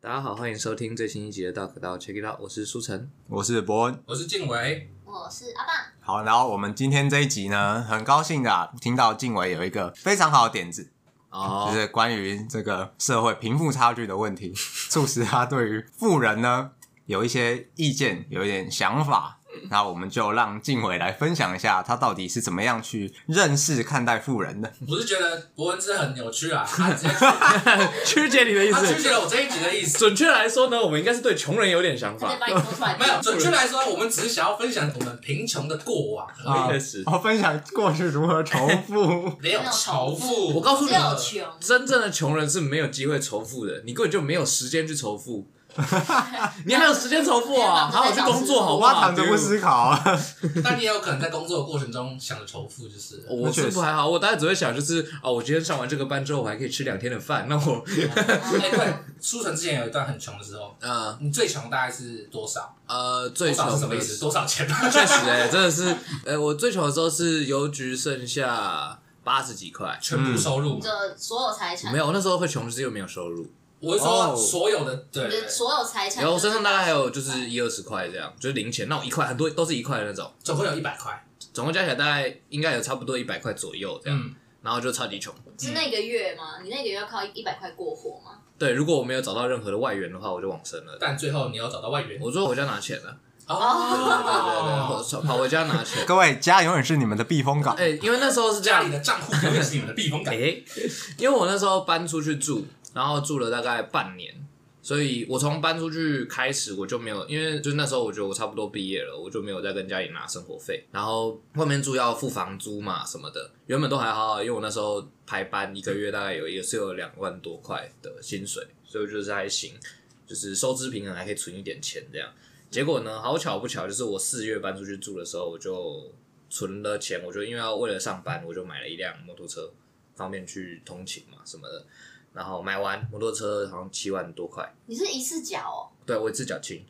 大家好，欢迎收听最新一集的《大可道 Check It Out》，我是舒晨。我是伯恩。我是静伟，我是阿棒，好，然后我们今天这一集呢，很高兴的、啊、听到静伟有一个非常好的点子，哦就是关于这个社会贫富差距的问 题，促使他对于富人呢有一些意见，有一点想法。那我们就让静伟来分享一下，他到底是怎么样去认识、看待富人的。我是觉得博文是很扭 曲啊，他直接他曲解你的意曲解思。了我这一集的意思。准确来说呢，我们应该是对穷人有点想他法。得把你说出来。没有，准确来说，我们只是想要分享我们贫穷的过 往，。啊确实 我分享过去如何仇富 没有仇富。我告诉只你有穷，真正的穷人是没有机会仇富的，你根本就没有时间去仇富。你还有时间仇富啊？好好去工作好不我好？躺着不思考，但你也有可能在工作的过程中想着仇富，就是了我是不还好，我大概只会想就是啊、我今天上完这个班之后，我还可以吃两天的饭。那 我哎，对，舒晨之前有一段很穷的时候，呃你最穷大概是多少？呃最多穷少是什么的意时思？多少钱？确实哎、真的是呃，我最穷的时候是邮局剩下八十几块，全部收入你？的所有财产，没有，我那时候会穷是因为没有收入，我是哦说所有的，对你的所有财产，然后我身上大概还有就是一二十块这样，就是零钱，那种一块很多都是一块的那种，总共有一百块。总共加起来大概应该有差不多一百块左右这样，嗯，然后就超级穷。是那个月吗？你那个月要靠一百块过活吗？对，如果我没有找到任何的外援的话，我就往生了。但最后你要找到外援。我说我家拿钱了，对对哦，对，我跑回家拿钱。各位家永远是你们的避风港。哎、因为那时候是这家样里，的账户永远是你们的避风港哎、。因为我那时候搬出去住，然后住了大概半年，所以我从搬出去开始，我就没有，因为就是那时候我觉得我差不多毕业了，我就没有再跟家里拿生活费，然后外面住要付房租嘛什么的，原本都还好，因为我那时候排班一个月大概有也是有两万多块的薪水，所以我就是还行，就是收支平衡还可以存一点钱这样。结果呢，好巧不巧，就是我四月搬出去住的时候，我就存了钱，我就因为要为了上班，我就买了一辆摩托车，方便去通勤嘛什么的。然后买完摩托车好像七万多块，你是一次缴哦，对我一次缴清，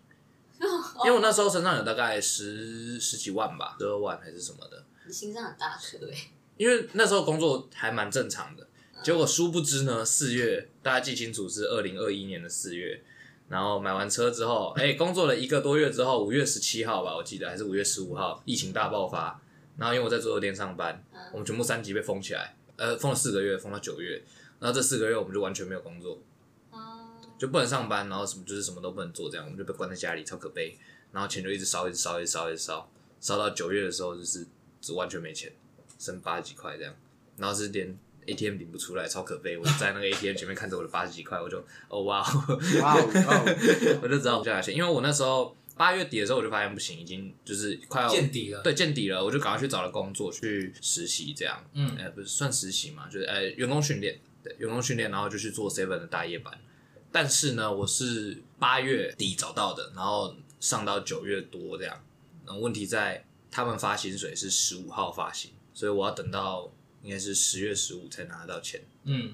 因为我那时候身上有大概十十几万吧，十二万还是什么的。你心脏很大颗哎，因为那时候工作还蛮正常的，结果殊不知呢，四月大家记清楚是二零二一年的四月，然后买完车之后，哎、工作了一个多月之后，五月十七号吧，我记得还是五月十五号，疫情大爆发，然后因为我在桌游店上班，我们全部三级被封起来，呃，封了四个月，封到九月，然后这四个月我们就完全没有工作，嗯，就不能上班，然后什么就是什么都不能做，这样我们就被关在家里，超可悲。然后钱就一直烧，一直烧，一直烧，一直烧，烧到九月的时候就是只完全没钱，剩八十几块这样，然后是连 ATM 领不出来，超可悲。我就在那个 ATM 前面看着我的八十几块，我就哦 哇，哇哦哇哦我就知道我下来钱，因为我那时候八月底的时候我就发现不行，已经就是快要见底了。对见底了，我就赶快去找了工作去实习这样。嗯呃，不是算实习嘛，就是呃员工训练，对员工训练，然后就去做 seven 的大夜班。但是呢，我是八月底找到的，然后上到九月多这样。然后问题在他们发薪水是十五号发薪，所以我要等到应该是十月十五才拿到钱。嗯，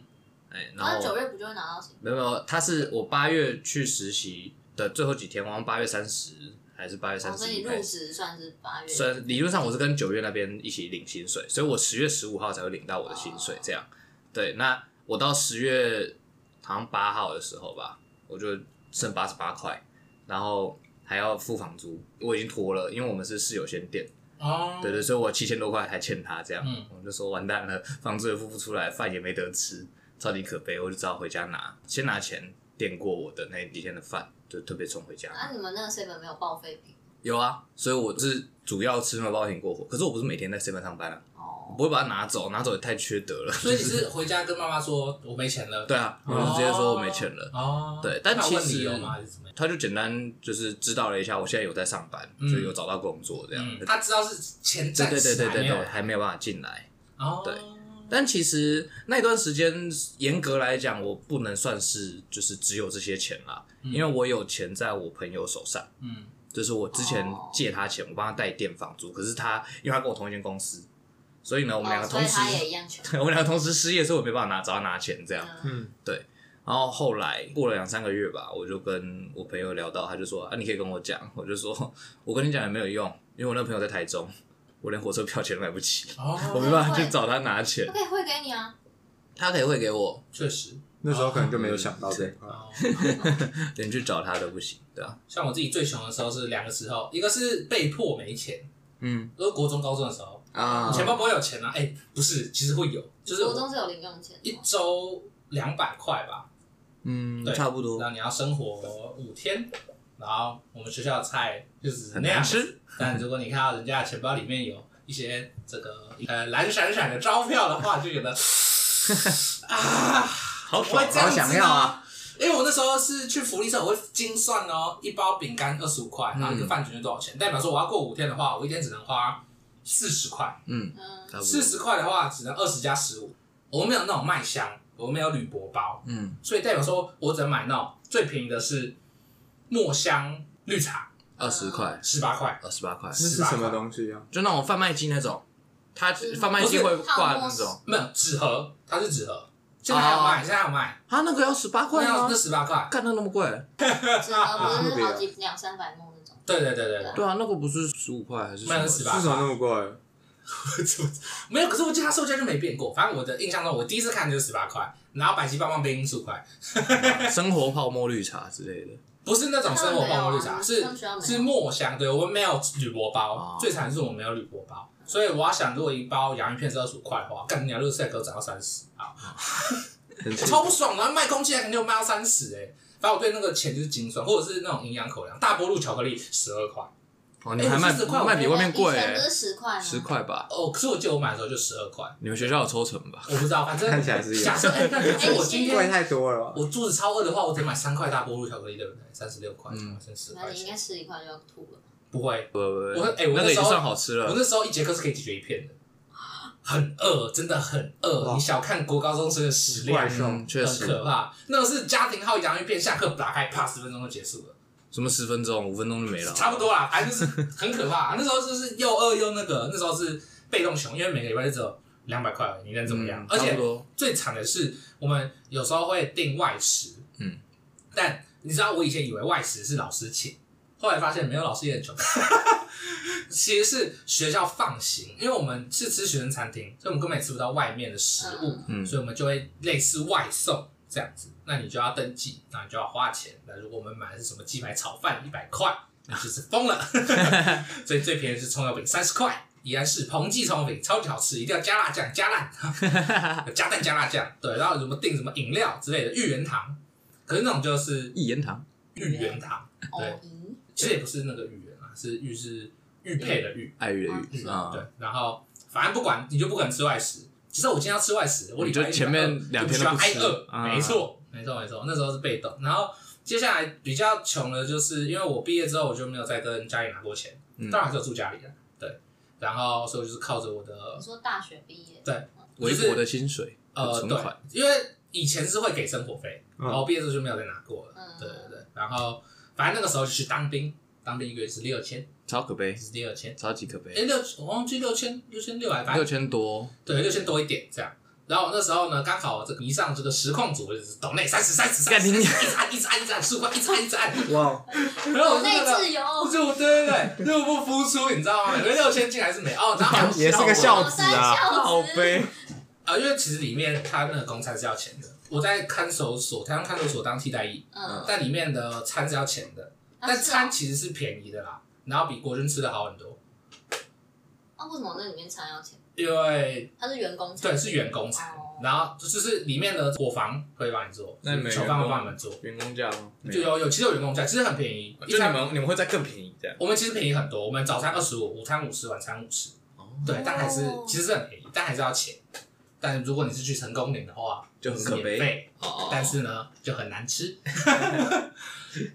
哎，然那后啊九月不就会拿到钱？没有没有，他是我八月去实习的最后几天，好像八月三十还是八月哦，三所十以你一入职算是八月，虽然理论上我是跟九月那边一起领薪水，所以我十月十五号才会领到我的薪水。这样，对，那我到十月好像八号的时候吧，我就剩八十八块，然后还要付房租，我已经拖了，因为我们是室友先垫，哦，对对，所以我七千多块还欠他，这样，嗯我就说完蛋了，房租也付不出来，饭也没得吃，超级可悲，我就只好回家拿，先拿钱垫过我的那几天的饭，就特别冲回家。啊那你们那个 seven 没有报废品有啊，所以我是主要吃那包甜过火，可是我不是每天在 seven 上班啊，我哦，不会把它拿走，拿走也太缺德了。 所以你是回家跟妈妈说我没钱了？对啊，我就直接说我没钱了。哦，对但那其问实你有吗？还是怎么样？他就简单就是知道了一下，我现在有在上班，嗯所以有找到工作这样。嗯，他知道是钱对暂对对时对还对没有对，还没有办法进来。哦，对但其实那段时间，严格来讲，我不能算是就是只有这些钱啦，嗯因为我有钱在我朋友手上，嗯，就是我之前哦借他钱，我帮他代垫房租，可是他因为他跟我同一间公司，所以呢，我们两个哦所同以时、他也一样穷，我们两个同时失业，所以我没办法拿找他拿钱这样。嗯嗯，然后后来过了两三个月吧，我就跟我朋友聊到，他就说啊，你可以跟我讲。我就说，我跟你讲也没有用，因为我那朋友在台中，我连火车票钱都买不起，我哦，没办法去找他拿钱他。可以汇给你啊，他可以汇给我，确实，那时候可能就没有想到这一块。哦嗯连去找他都不行，对啊，像我自己最穷的时候是两个时候，一个是被迫没钱，嗯都是国中高中的时候，啊，钱包不会有钱啊。哎、不是，其实会有，就是国我中是有零用钱的一吗，周两百块吧，嗯，对啊差不多，然后你要生活五天，然后我们学校的菜就是很那样难。吃，但如果你看到人家的钱包里面有一些这个呃蓝闪闪的钞票的话，就觉得啊，好我会这样好子想要啊！因为我那时候是去福利社，我会精算哦，一包饼干二十五块，然后一个饭卷就多少钱？代表说我要过五天的话，我一天只能花四十块，嗯，嗯，差不四多，十块的话只能二十加十五。我们没有那种麦香，我们没有铝箔包，嗯，所以代表说我只能买那种最便宜的是墨香绿茶，二十块，十八块。二十八块，那是什么 东西啊？就那种贩卖机那种，它嗯贩卖机会挂泡沫那种，没有纸盒，它是纸盒，现在还有卖，现在还有卖，啊，那个要十八块那吗那？十八块，干那那么贵？纸盒不特别是啊好几两三百弄那种，对对对对对，对啊，那个不是十五块还是什那么？是18为什么那么贵？没有，可是我记得它售价就没变过，反正我的印象中，我第一次看就是十八块，然后百吉棒棒冰十五块， 生活泡沫绿茶之类的，不是那种生活泡沫绿他茶，们是没有啊他们学校没有是墨香，对我们没有铝箔包，哦最惨的是我们没有铝箔包，所以我要想，如果一包洋芋片是二十五块的话，干你娘六十块给我涨到三十啊，很气超不爽的，然后卖空气还肯定有卖到三十哎。反正我对那个钱就是精算，或者是那种营养口粮，大波路巧克力十二块哦，你还卖哎我40块卖比外面贵以前欸不，是十块吗？十块吧？哦，可是我记得我买的时候就十二块，你们学校有抽成吧？我不知道，反正看起来是有假设哎，那可是我今贵天太多了吧。我肚子超饿的话，我只能买三块大波路巧克力，对不对？三十六块，嗯剩十那块你应钱。该吃一块就要吐了。不会，不不不，我哎我那那个已时经候算好吃我了。那时候一节课是可以解决一片的，很饿，真的很饿。哇你小看国高中生的食量怪，兽嗯，确很实，可怕。那个是家庭号洋芋片，下课打开，啪，十分钟就结束了，什么十分钟、五分钟就没了，差不。多啦，反正就是很可怕。啊那时候就是又饿又那个，那时候是被动熊，因为每个礼拜就只有两百块而已，你能怎么样？而嗯差且不多，最惨的是，我们有时候会订外食，嗯，但你知道，我以前以为外食是老师请，后来发现没有，老师也很穷， 其实是学校放行，因为我们是吃学生餐厅，所以我们根本也吃不到外面的食物，嗯所以我们就会类似外送这样子，那你就要登记，那你就要花钱。那如果我们买的是什么鸡排炒饭，一百块，那就是疯了。所以最便宜的是葱油饼，三十块。宜安市彭记葱油饼超级好吃，一定要加辣酱，加烂，加蛋加辣 酱。对，然后什么订什么饮料之类的，芋圆糖。可是那种就是一言堂，芋圆糖，对哦，咦，其实也不是那个芋圆啊，是芋是玉佩的玉。爱乐语啊嗯对，，然后反正不管你就不可能吃外食。只是我今天要吃外食，我礼拜一你就前面两天礼都拜二不吃就必须要挨饿，啊没错，没错，没错。那时候是被动，然后接下来比较穷的就是，因为我毕业之后我就没有再跟家里拿过钱，嗯当然还是有住家里的，对。然后所以我就是靠着我的你说大学毕业，对微薄的薪水，呃存对款，因为以前是会给生活费，嗯然后毕业之后就没有再拿过了，嗯，对对对。然后反正那个时候就去当兵，当兵一个月是六千，超可悲，是六千，超级可哎悲，六，我忘记六千六千六还反正六千多，对，六千多一点这样。然后我那时候呢，刚好这个迷上这个实况组，我就是抖内三十三十三干十，你一直按一直按一直按，十块一直按一直按，哇，然后国我就内那个自由，就对对对，入不敷出，你知道吗？每个六千进来是没哦，然 后还有也是个效孝果子我啊，三孝子好悲。啊，因为其实里面他那个公餐是要钱的。我在看守所，台湾看守所当替代役，嗯，但里面的餐是要钱的，啊但是哦餐其实是便宜的啦，然后比国军吃的好很多，啊，为什么那里面餐要钱？因为它是员工餐，对是员工餐哦，然后就是里面的伙房会帮你做，那你们囚员犯会工帮你们做。员工价吗？就有有，其实有员工价，其实很便宜。一哦就你餐们你们会再更便宜这样。我们其实便宜很多，我们早餐二十五，午餐五十，晚餐五十。哦对，但还是其实是很便宜，但还是要钱。但如果你是去成功岭的话，就很可悲是免费，哦哦但是呢就很难 吃，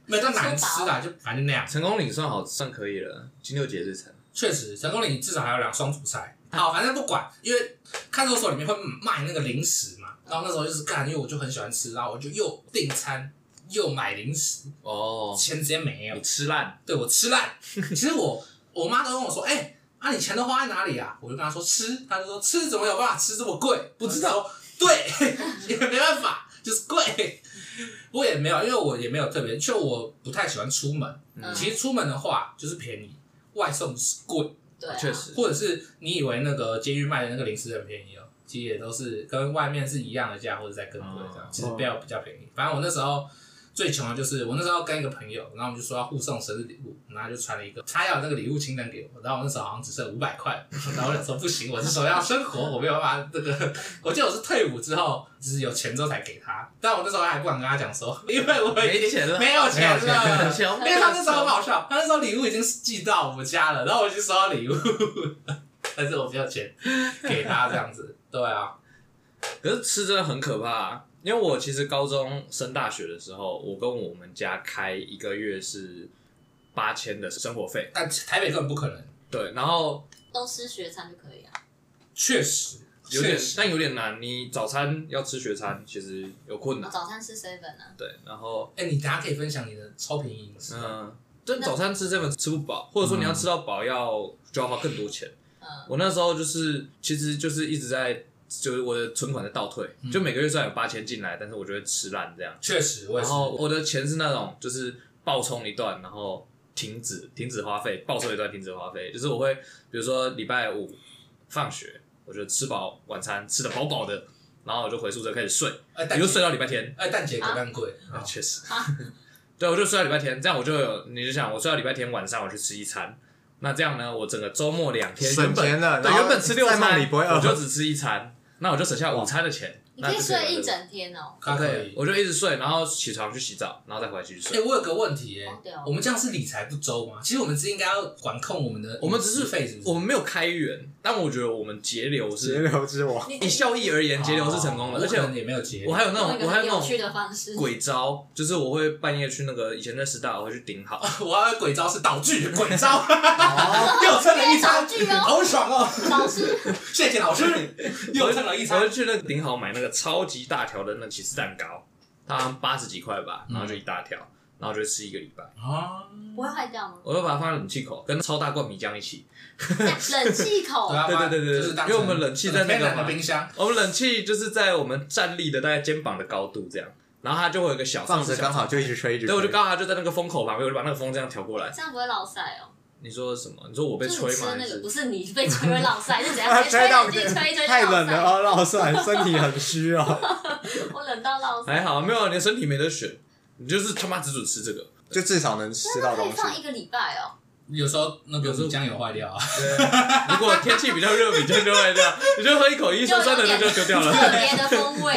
没有到难吃啦，就反正那样。成功岭算好算可以了，金六节日餐。确实，成功岭至少还有两双主菜。好，反正不管，因为看守所里面会卖那个零食嘛，然后那时候就是干，因为我就很喜欢吃，然后我就又订餐又买零食，哦，钱直接没有你。吃烂，对我吃烂。 其实我我妈都跟我说，哎、啊你钱都花在哪里啊？我就跟她说吃，她就说吃怎么有办法吃这么贵？不知道，对， 也没办法，就是贵。我也没有，因为我也没有特别，就我不太喜欢出门。嗯其实出门的话就是便宜，外送是贵，对啊，确实或者是你以为那个监狱卖的那个零食很便宜哦，其实也都是跟外面是一样的价，或者再更贵这样，其实比较比较便宜。反正我那时候最穷的就是我那时候跟一个朋友，然后我们就说要互送生日礼物，然后他就传了一个他要的那个礼物清单给我，然后我那时候好像只剩五百块，然后我想说不行，我是说要生活，我没有办法这个，我记得我是退伍之后，就是有钱之后才给他，但我那时候还不敢跟他讲说，因为我已没经钱了，没有钱没有钱了。钱， 因为他那时候很好笑，他那时候礼物已经寄到我们家了，然后我去收到礼物， 但是我没有钱给他这样子。对啊，可是吃真的很可怕、啊，因为我其实高中升大学的时候，我跟我们家开一个月是八千的生活费，但台北根本不可能，对，然后都吃学餐就可以啊。确实有点确实但有点难，你早餐要吃学餐，其实有困我难，哦早餐吃 seven 啊，对，然后哎、你等下可以分享你的超便宜饮食。嗯，但早餐吃这份吃不饱，或者说你嗯要吃到饱要就要花更多钱。嗯，我那时候就是，其实就是一直在，就是我的存款在倒退，嗯就每个月虽然有八千进来，但是我就会吃烂这样。确实，我也然是。后我的钱是那种就是爆冲一段，然后停止停止花费，爆冲一段停止花费，就是我会比如说礼拜五放学，我就吃饱晚餐，吃的饱饱的，然后我就回宿舍开始睡，哎，我蛋就姐，睡到礼拜天，哎，蛋姐给蛋贵， 啊，啊确实啊， 对，我就睡到礼拜天，这样我就有，你就想我睡到礼拜天晚上我去吃一餐，那这样呢，我整个周末两天省原本钱了对，然后原本吃六在梦餐，里不会饿我 就只吃一餐，那我就省下午餐的钱，你可以那这个睡一就整天哦。可可以以，。我就一直睡，然后起床去洗澡，然后再回来继续哎、睡。我有个问题、哦对哎哦，我们这样是理财不周吗？其实我们是应该要管控我们的，我们只是费，是不嗯我是？们没有开源，但我觉得我们节流节是流之王，你以效益而言，节流是成功的，哦而且我可能也没有节流，我还有那用一种，我还个有那有趣种的方式，鬼招，就是我会半夜去那个以前在师大，我会去顶好，我要的鬼招是岛剧鬼招，哦又蹭了一餐岛具哦好爽哦！ 老师谢谢老师，又蹭了一我餐就。去那个顶好买那个超级大条的那起司蛋糕，它好像八十几块吧，然后就一大条，然后就吃一个礼拜。啊，不会坏掉吗？ 哎我就把它放在冷气口，跟超大罐米浆一起。冷气口对，啊，对对对对就是当成因为我们冷气在那个嘛天然的冰箱，我们冷气就是在我们站立的大概肩膀的高度这样，然后它就会有一个小放着刚，好小就一直吹一直吹。对，我就刚好就在那个风口旁边，我就把那个风这样调过来。 这样不会落晒哦。你说什么？你说我被就是吹你吗？吃还那个是不是你被吹会落晒，是怎样？啊你吹到冷气哎吹一吹就太落冷晒了，哦，落晒，身体很虚哦。我冷到哎落晒。还好，没有，啊你的身体没得选，你就是他妈只准吃这个。 就至少能吃到可东以西。放一个礼拜哦，有时候那个有时候米浆有坏掉啊， 如果天气比较热，米浆就坏掉，你就喝一口一酸酸的，那就丢掉特 了。别的风味。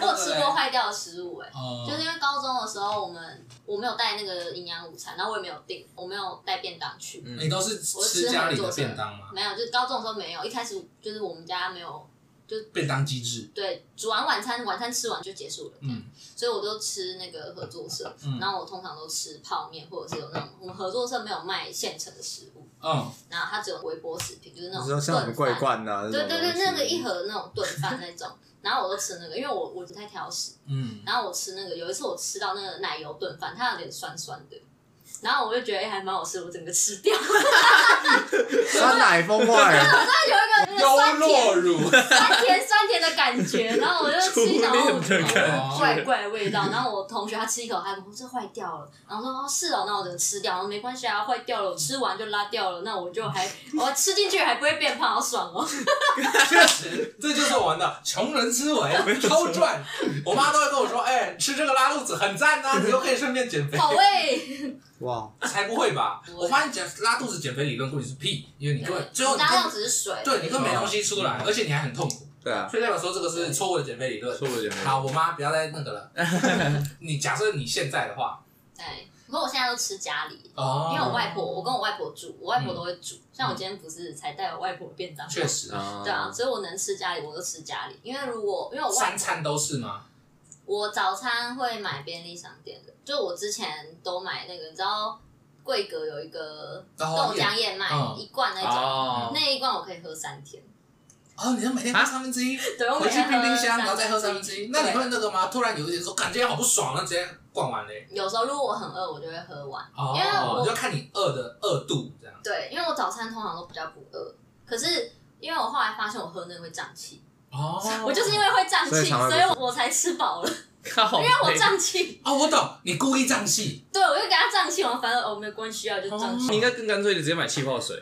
我有吃过坏掉的食物哎、哦就是因为高中的时候，我们我没有带那个营养午餐，然后我也没有订，我没有带便当去，嗯你都是我吃吃家里的便当吗？没有，就是高中的时候没有。一开始就是我们家没有，便当机制，对，煮完晚餐，晚餐吃完就结束了，嗯所以我都吃那个合作社，嗯然后我通常都吃泡面或者是有那种我们合作社没有卖现成的食物，嗯，然后它只有微波食品，就是你那种说像什么桂炖饭冠呐、啊，啊对对对，那个一盒盒那种炖饭那种，然后我都吃那个，因为我我不太挑食，嗯，然后我吃那个，有一次我吃到那个奶油炖饭，它有点酸酸的，然后我就觉得、哎还蛮好吃，我整个吃掉，酸奶风味，它有一个有 点优酸酪甜乳，酸甜酸甜的感觉，然后我就吃一口，初恋的感哦觉怪怪的味道，然后我同学他吃一口，他跟我说这坏掉了，然后我说哦是哦，那我整个吃掉，然后没关系啊，坏掉了，我吃完就拉掉了，那我就还我吃进去还不会变胖，好爽哦，确实，这就是我们的穷人思 维，超赚。我妈都会跟我说，哎，吃这个拉肚子很赞啊呐，你又可以顺便减肥。好味，哇，才不会吧不！会我发现减拉肚子减肥理论根本是屁，因为你根本最后你拉根掉本只是水，对你根本没东西出来，而且你还很痛苦，对啊，所以代表说这个是嗯错误的减肥理论。说我觉得好，我妈不要再那个了。 你假设你现在的话，对，不过我现在都吃家里，哦嗯因为我外婆，我跟我外婆住，我外婆都会煮。像我今天不是才带我外婆的便当吗，确实啊对啊，所以我能吃家里，我就吃家里。因为如果因为我外三餐都是吗？我早餐会买便利商店的，就我之前都买那个，你知道贵格有一个豆豆浆燕麦、哦嗯一罐那种，哦，那一罐我可以喝三天，哦，你要每天喝啊三分之一，对我回每去天冰喝冰箱，三然后再喝三分分之对一。那你会那个吗？突然有一天说，感觉好不爽，那直接灌完嘞。有时候如果我很饿，我就会喝完。哦因为我你就看你饿的饿度这样。对，因为我早餐通常都比较不饿，可是因为我后来发现我喝那个会胀气，哦我就是因为会胀所以气，肠胃不所以我才吃饱了， 靠因北，为我胀气。哦，我懂，你故意胀气。对，我就给他胀气完，反正哦没有关系啊，就胀哦气。你应该更干脆的直接买气泡水，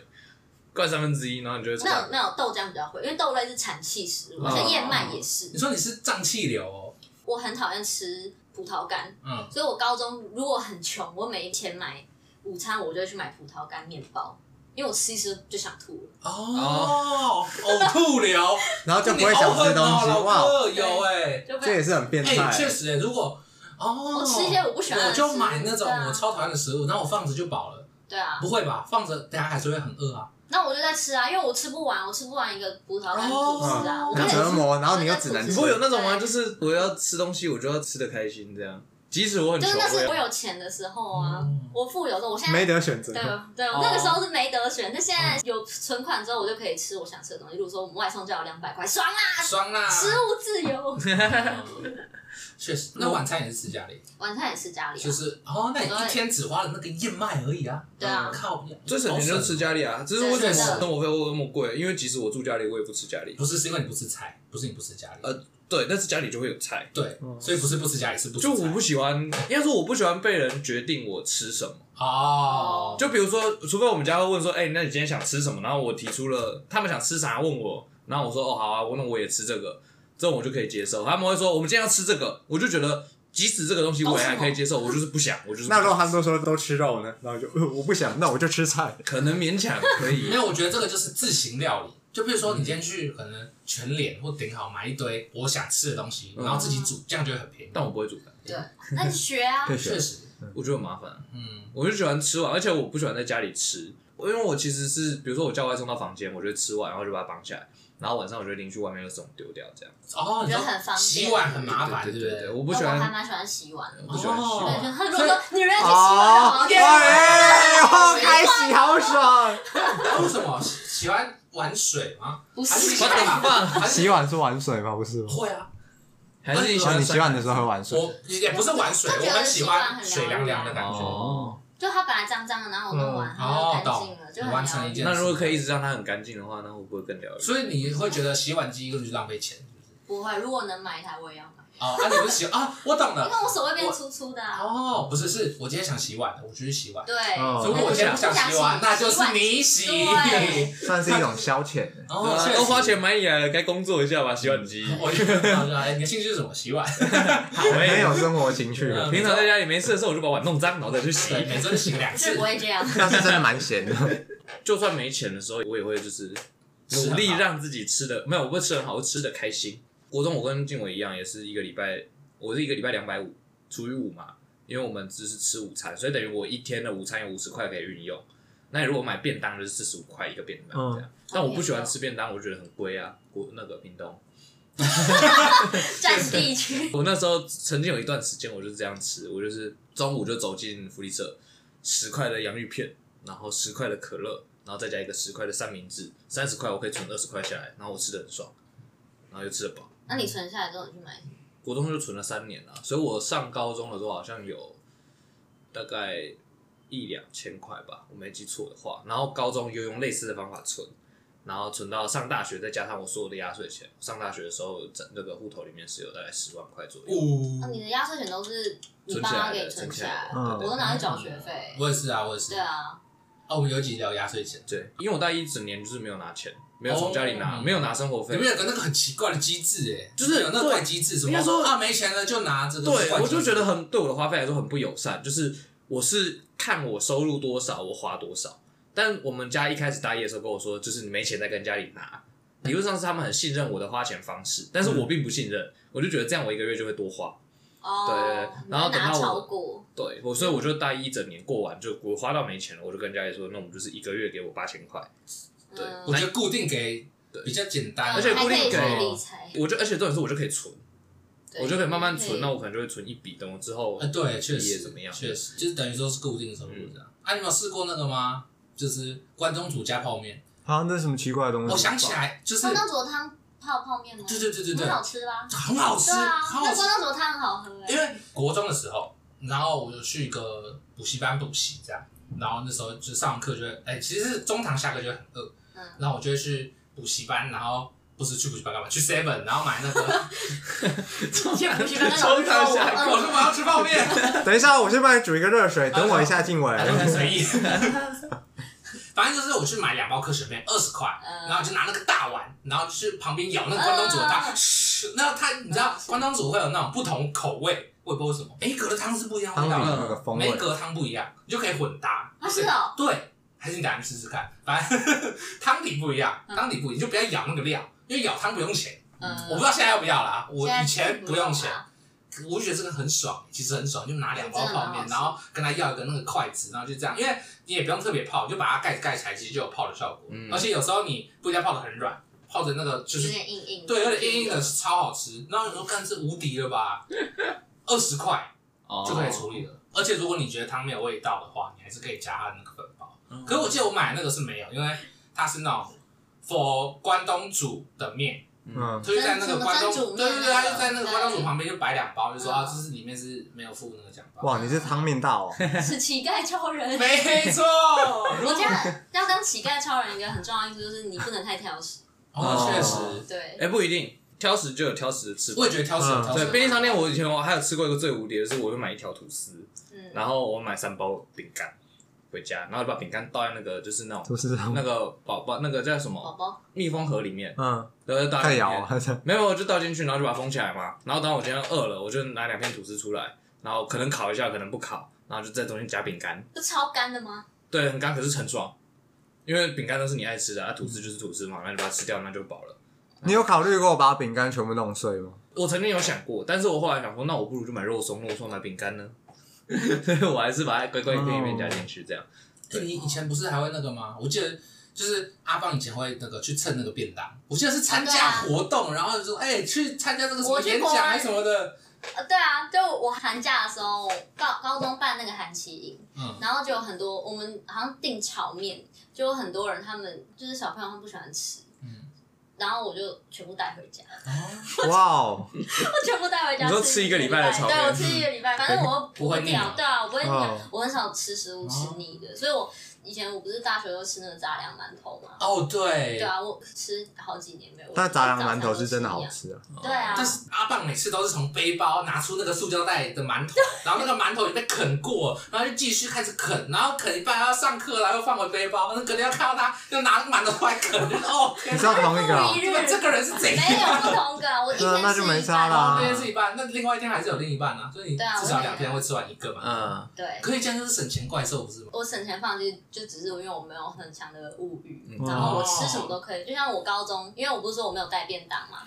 灌三分之一，然后你就会那灌。那有豆浆比较会，因为豆类是产气食物，哦而且燕麦也是你。说你是胀气流哦，我很讨厌吃葡萄干，嗯，所以我高中如果很穷，我没钱买午餐，我就会去买葡萄干面包，因为我吃一吃就想吐了。哦，呕吐流，然后就不会想吃东你西。好狠哦哇，老哥有哎，就不这也是很变态、哎，确实，如果哦，我吃一些我不喜欢的我就食物买那种对啊我超讨厌的食物，然后我放着就饱了，对啊，不会吧？放着等下还是会很饿啊。那我就在吃啊，因为我吃不完，我吃不完一个葡萄干吐司啊，哦我那很会折磨，然后你又只能你吃不。会有那种吗？对就是我要吃东西，我就要吃的开心，这样。即使我很就穷，是那是我我也有钱的时候啊嗯，我富有的时候，我现没在。得选择对，啊对，哦我那个时候是没得选，但现在有存款之后，我就可以吃我想吃的东西。比如说，我们外送就要两百块，爽啦！爽啦！食物自 由。啊嗯确实，那晚餐也是吃家里，晚餐也吃家里啊就，是哦，那你一对天只花了那个燕麦而已啊。对啊嗯靠，最省钱就是吃家里啊。只是为什真么的生活费会那么贵？因为即使我住家里，我也不吃家里。不是是因为你不吃菜，不是你不吃家里，呃对，但是家里就会有菜。对，所以不是不吃家里，是不吃就菜。我不喜欢，应该说我不喜欢被人决定我吃什么。哦，就比如说，除非我们家会问说，哎、那你今天想吃什么？然后我提出了他们想吃啥，问我，然后我说，哦，好啊，我那我也吃这个，这种我就可以接受。他们会说，我们今天要吃这个，我就觉得，即使这个东西我也还可以接哦受，我就是不想，我就是不那想如果他们都说都吃肉呢，然后就、呃我不想，那我就吃菜。可能勉强可以 没，有，我觉得这个就是自行料理。就比如说，你今天去可能全脸或顶好买一堆我想吃的东西，嗯然后自己煮，这样就会很便宜。但我不会煮饭，对，那你学啊，确实，我觉得很麻烦，啊嗯，我就喜欢吃完，而且我不喜欢在家里吃，因为我其实是，比如说我叫外送到房间，我就会吃完，然后就把它绑起来，然后晚上我就会拎去外面垃圾桶丢掉，这样。哦，你觉说得很方便洗碗很麻烦，对对对不对对对，？我不喜那我还欢，蛮喜欢洗碗的。我不喜欢洗哦碗。对，他如所以果女人去洗碗的话，我觉得哦，开洗好爽！那啊为什么喜喜欢玩水吗？不还是是喜欢打饭？还是 洗碗是玩水吗？不是吗？会啊，还是你喜哦欢你洗碗的时时候会玩水？我也不是玩水，就觉我得很喜洗碗欢很水凉凉的感觉。哦哦。就它本来脏脏的，然后我弄完，它就干净了，就很完成疗一愈件。那如果可以一直让它很干净的话，那会不会更疗愈？所以你会觉得洗碗机根本就浪费钱，是不是？不会，如果能买一台，我也要买，哦，那你不是洗啊？我懂因了。为我手会变粗粗的啊。哦，不是，是我今天想洗碗，我就去洗碗。对，哦如果我今天不想洗碗，那就是你洗。对算是一种消遣。对哦啊，确实都花钱。买你来了，该工作一下吧，洗碗机。我就想说，哎，你的兴趣是什么？洗碗。 很有生活情趣的， 嗯平常在家里没事的时候，我就把碗弄脏，然后再去洗。对，每周洗两是次哦不。会这样。但是真的蛮闲的。就算没钱的时候，我也会就是吃努力很好让自己吃的没有，我不会吃很好，我吃的开心。国中我跟静伟一样，也是一个礼拜，我是一个礼拜两百五除以五嘛，因为我们只是吃午餐，所以等于我一天的午餐有五十块可以运用。那你如果买便当就是四十五块一个便当嗯这样，但我不喜欢吃便当，我觉得很贵啊。我那个屏东，占地区，我那时候曾经有一段时间，我就是这样吃，我就是中午就走进福利社，十块的洋芋片，然后十块的可乐，然后再加一个十块的三明治，三十块我可以存二十块下来，然后我吃的很爽，然后又吃得饱。那你存下来之后，你去买。国中就存了三年了，啊所以我上高中的时候好像有大概一两千块吧，我没记错的话。然后高中又用类似的方法存，然后存到上大学，再加上我所有的压岁钱。上大学的时候，整那个户头里面是有大概十万块左右。呜那哦你的压岁钱都是你爸妈给你存起来，嗯我都拿去缴学费。我也是啊，我也是。对啊，啊，我们有一集聊压岁钱，对，因为我大一整年就是没有拿钱，没有从家里拿，哦没有拿生活费里。面有个那个很奇怪的机制，哎，就是有那个怪机制，什应么该说啊没钱了就拿这个怪机制。对，我就觉得很对我的花费来说很不友善，就是我是看我收入多少，我花多少。但我们家一开始大一的时候跟我说，就是你没钱再跟家里拿，理论上是他们很信任我的花钱方式，但是我并不信任，我就觉得这样我一个月就会多花。哦，对然后等拿到我超过，对，我所以我就大一一整年过完，就我花到没钱了，我就跟家里说，那我们就是一个月给我八千块。对嗯啊我觉得固定给对比较简单，啊而且还固可定给以去哦理财，我就而且重点是我就可以存，对我就可以慢慢存，以那我可能就会存一笔，等我之后呃， 对，确毕业实怎么样嗯确实，就是等于说是固定收入这样。啊，你们有试过那个吗？就是关东煮加泡面。啊，那是什么奇怪的东嗯西？我想起，来，就是关东煮的汤泡泡面吗？对对对对对很，好吃吧？很好吃，对啊，很好那吃。关东煮的汤很好喝哎因。为国中的时候，然后我就去一个补习班补习这样，然后那时候就上完课就会，哎、其实是中堂下课就会很饿，嗯然后我就会去补习班，然后不是去补习班干嘛？去 Seven，然后买 那个，去补习班啊那从种小下课我说我要吃泡面，等一下，我先帮你煮一个热水，等我一下，静伟。很随意。 反正就是我去买两包科学面，二十块，嗯然后就拿那个大碗，然后去旁边舀那个关东煮的汤嗯，嘘那它你知道关东煮会有那种不同口味，我也不知道为什么，每一格的汤是不一样的汤味里道有的，那个风每一味，格汤不一样，你就可以混搭。啊是哦对，还是你打算试试看，反正 汤底不一样，嗯汤底不一样，你就不要舀那个料，因为舀汤不用钱。嗯，我不知道现在要不要啦，我现以在前不用钱，啊我就觉得这个很爽，其实很爽，就拿两包泡面，真的很好吃然后跟他要一个那个筷子，然后就这样，因为你也不用特别泡，你就把它盖子盖起来，其实就有泡的效果。嗯而且有时候你不一定要泡的很软，泡的那个就有是点硬硬，对，有点硬硬的，超好吃。然后你说干是无敌了吧？二十块哦就可以处理了。而且如果你觉得汤没有味道的话，你还是可以加它的那个粉包。嗯可是我记得我买的那个是没有，因为它是那种 for 关东煮的面，嗯，就是在那个关蒸煮东，面对对那对，他个就在那个关东煮旁边就摆两包，就说嗯啊，这是里面是没有附那个酱包。哇，你是汤面大哦， 是乞丐超人。 没错， 我觉得要当乞丐超人一个很重要的因素就是你不能太挑食，哦，确实，对，哎、不一定，挑食就有挑食的吃法我。也觉得挑食有嗯挑食对，。便利商店我以前我还有吃过一个最无敌的是，我就买一条吐司，嗯，然后我买三包饼干回家，然后就把饼干倒在那个就是那种都是汤那，个宝宝那个叫什宝哦么宝密封盒里面，嗯，然后就倒太在里咬面。了，没有，我就倒进去，然后就把它封起来嘛。然后当我今天饿了，我就拿两片吐司出来，然后可能烤一下，可能不烤，然后就在中间夹饼干。不超干的吗？对，很干，可是很爽，因为饼干都是你爱吃的，啊，吐司就是吐司嘛，那你把它吃掉，那就饱了。 你有考虑过把饼干全部弄碎吗？我曾经有想过，但是我后来想说，那我不如就买肉松，肉松买饼干呢。 所以我还是把它乖乖哦一片一片夹进去，这样。哎你以前不是还会那个吗？我记得就是阿芳以前会那个去蹭那个便当，我记得是参加活动，然后就说哎去参加这个什么啊我去演国讲外还是什么的，呃，对啊，就我寒假的时候，我高高中办那个韩旗营，嗯，然后就有很多我们好像订炒面，就有很多人他们就是小朋友他们不喜欢吃，嗯然后我就全部带回家， 哇哦，我全部带回家。你说吃一个礼拜的炒面对我吃一个礼拜，反正我又不会腻掉，对啊，我不会哦掉，我很少吃食物吃腻的，所以我以前我不是大学都吃那个杂粮馒头嘛，哦对对，啊，我吃好几年没有。但杂粮馒头我是真的好早餐都一样。吃啊，对啊，但是阿棒每次都是从背包拿出那个塑胶袋的馒头，然后那个馒头也被啃过，然后就继续开始啃，然后啃一半要上课了，然后又放回背包，那隔天要看到他又拿那个馒头出来啃，就是哦，天你哪知道同一个啊不一？这个这个人是怎没有 样？不同的，我一对啊天那就没吃一差半啦那天是一半，那另外一天还是有另一半啊，所以你对啊至我少也两天会吃完一个嘛。嗯对，可以这样就是省钱怪兽不是吗？我省钱放弃就只是因为我没有很强的物欲，嗯然后我哦吃什么都可以。就像我高中，因为我不是说我没有带便当嘛，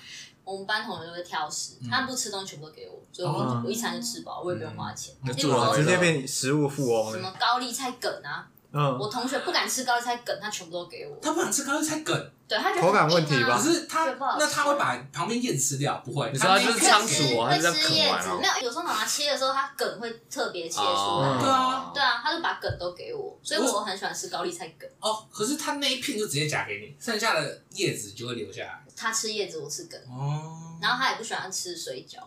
我们班同学都会挑食，嗯他们不吃东西全部都给我，所以我、哦我一餐就吃饱，我也不用花钱。嗯例就如做好了哇，直说接变食物富翁什么了，高丽菜梗啊，嗯，我同学不敢吃高丽菜梗，他全部都给我。他不想吃高丽菜梗，对他觉得口感很硬问题啊吧可是他这不好吃那他会把旁边叶子吃掉，不会？你知道那就是一片仓鼠啊还会是吃在会啃吃叶完子啊，没有，有时候妈妈切的时候，它梗会特别切出哦来。对啊对啊，他就把梗都给我，所以我很喜欢吃高丽菜梗。哦，可是他那一片就直接夹给你，剩下的叶子就会留下来。他吃叶子，我吃梗。哦，然后他也不喜欢吃水饺，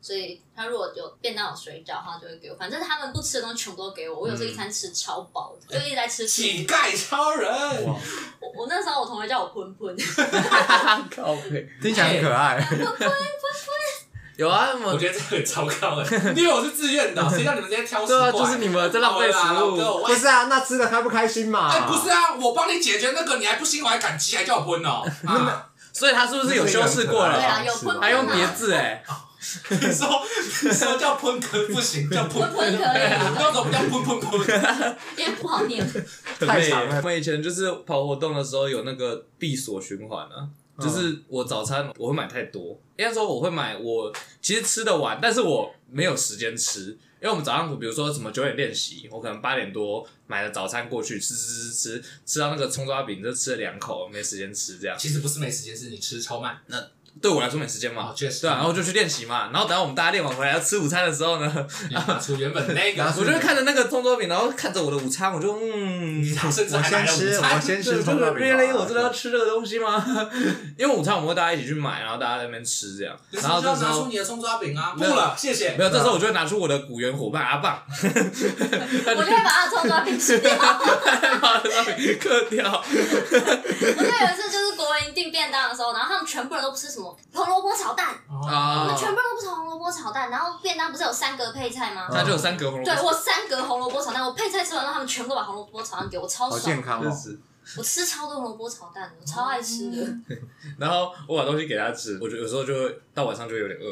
所以他如果有便当有水饺的话，就会给我。反正他们不吃的东西全部都给我，我有时候一餐吃超饱的，就一直在吃乞嗯素。丐超人，哇，我我那时候我同学叫我喷喷， 啊 靠背。听起来很可爱，有啊，我我觉得这很糟糕 哎，因为我是自愿的，谁叫你们这些挑食对啊，怪就是你们在浪费食好啦老哥物。我不是啊，那吃的开不开心嘛？哎，不是啊，我帮你解决那个，你还不信，我还敢吃，还叫我喷哦。啊，所以他是不是有修饰过对了？啊有喷喷啊还用叠字哎、 你说你说叫喷可不 行，叫喷哎喷喷，喷我可那种叫喷喷喷。以，因为不好 念。很 太累长了我以前就是跑活动的时候有那个闭锁循环啊，嗯就是我早餐我会买太多，应该说我会买我其实吃得完，但是我没有时间吃，因为我们早上比如说什么九点练习，我可能八点多买了早餐过去吃吃吃吃吃到那个葱抓饼就吃了两口，没时间吃这样。其实不是没时间，是你吃超慢。对我来说没时间嘛哦，确实对啊，然后就去练习嘛，然后等到我们大家练完回来要吃午餐的时候呢，你 拿出原本那个，我就会看着那个葱抓饼，然后看着我的午餐，我就嗯，他甚至我还买先了午吃，餐我先对吃这葱个抓饼啊吧。 really 我真的要吃这个东西吗？ 因为午餐我们会大家一起去买，然后大家在那边吃这样。你然是不后是这要时拿出啊候你的葱抓饼啊？不没有了，谢谢。没有，这时候我就会拿出我的古猿伙伴阿棒， 我就会把他的葱抓饼吃掉。 把他的照片刻掉。我就有一次就是国文一定便当的时候，然后他们全部人都不吃什么红萝卜炒蛋，啊他们全部人都不吃红萝卜炒蛋，然后便当不是有三格配菜吗？啊那就有三格红萝对卜，我三格红萝卜炒蛋，我配菜吃完，然后他们全部都把红萝卜炒蛋给我，超好爽健！康哦。我吃超多红萝卜炒蛋的，我超爱吃的。嗯然后我把东西给他吃，我就有时候就会到晚上就会有点饿。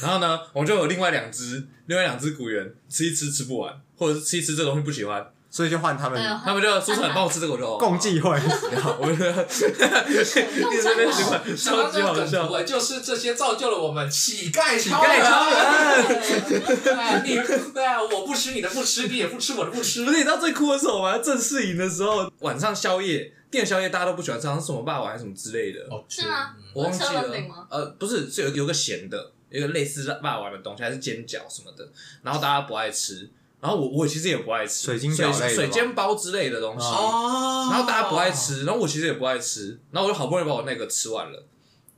然后呢，我就有另外两只，另外两只古猿吃一吃吃不完，或者是吃一吃这东西不喜欢，所以就换他对，啊们他们就说出来帮我吃这个，我就哦共济 会，然后我就一直在那边循环，想到超这级个好梗笑图。哎，就是这些造就了我们乞丐乞丐超人。 哎，你对啊，我不吃你的不吃，你也不吃我的不吃不。是你知道最酷的是我们正式营的时候，晚上宵夜店宵夜大家都不喜欢吃，好像是什么霸王还是什么之类的，哦，是吗？我忘记车轮饼了吗。呃，不是，是有有个咸的，有一个类似霸王的东西，还是煎饺什么的，然后大家不爱吃，然后我我其实也不爱吃水晶饺水类的吧水煎包之类的东西。哦，然后大家不爱，吃，然后我其实也不爱吃，然后我就好不容易把我那个吃完了，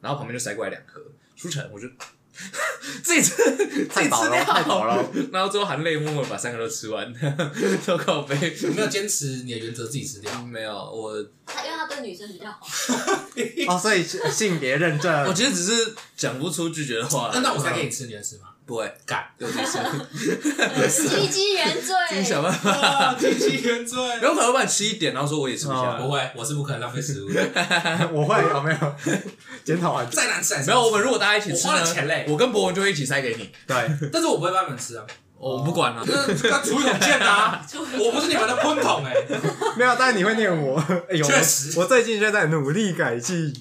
然后旁边就塞过来两颗舒晨，我就 自己吃，自己太饱吃了，太饱掉，了。然后最后含泪默默地把三个都吃完， 都靠背。你没有坚持你的原则自己吃掉。没有，我他因为他对女生比较好，哦，所以性别认证，我其实只是讲不出拒绝的话。那那我再给你哎吃，你能吃吗？不会干，有这事，鸡鸡原自己想罪。办法。极其原罪。然后可能会把你吃一点，然后说我也吃不下。哦 不会，我是不可能浪费食物 的。我会有没 有检讨完？再难吃还是没有，我们如果大家一起吃我花了钱嘞呢，我跟博文就会一起塞给你，对，但是我不会帮你们吃啊，我哦不管 了。那厨桶见的啊，我不是你们的喷桶哎，没有，但是你会念我。哎呦，确实我我最近就在努力改进。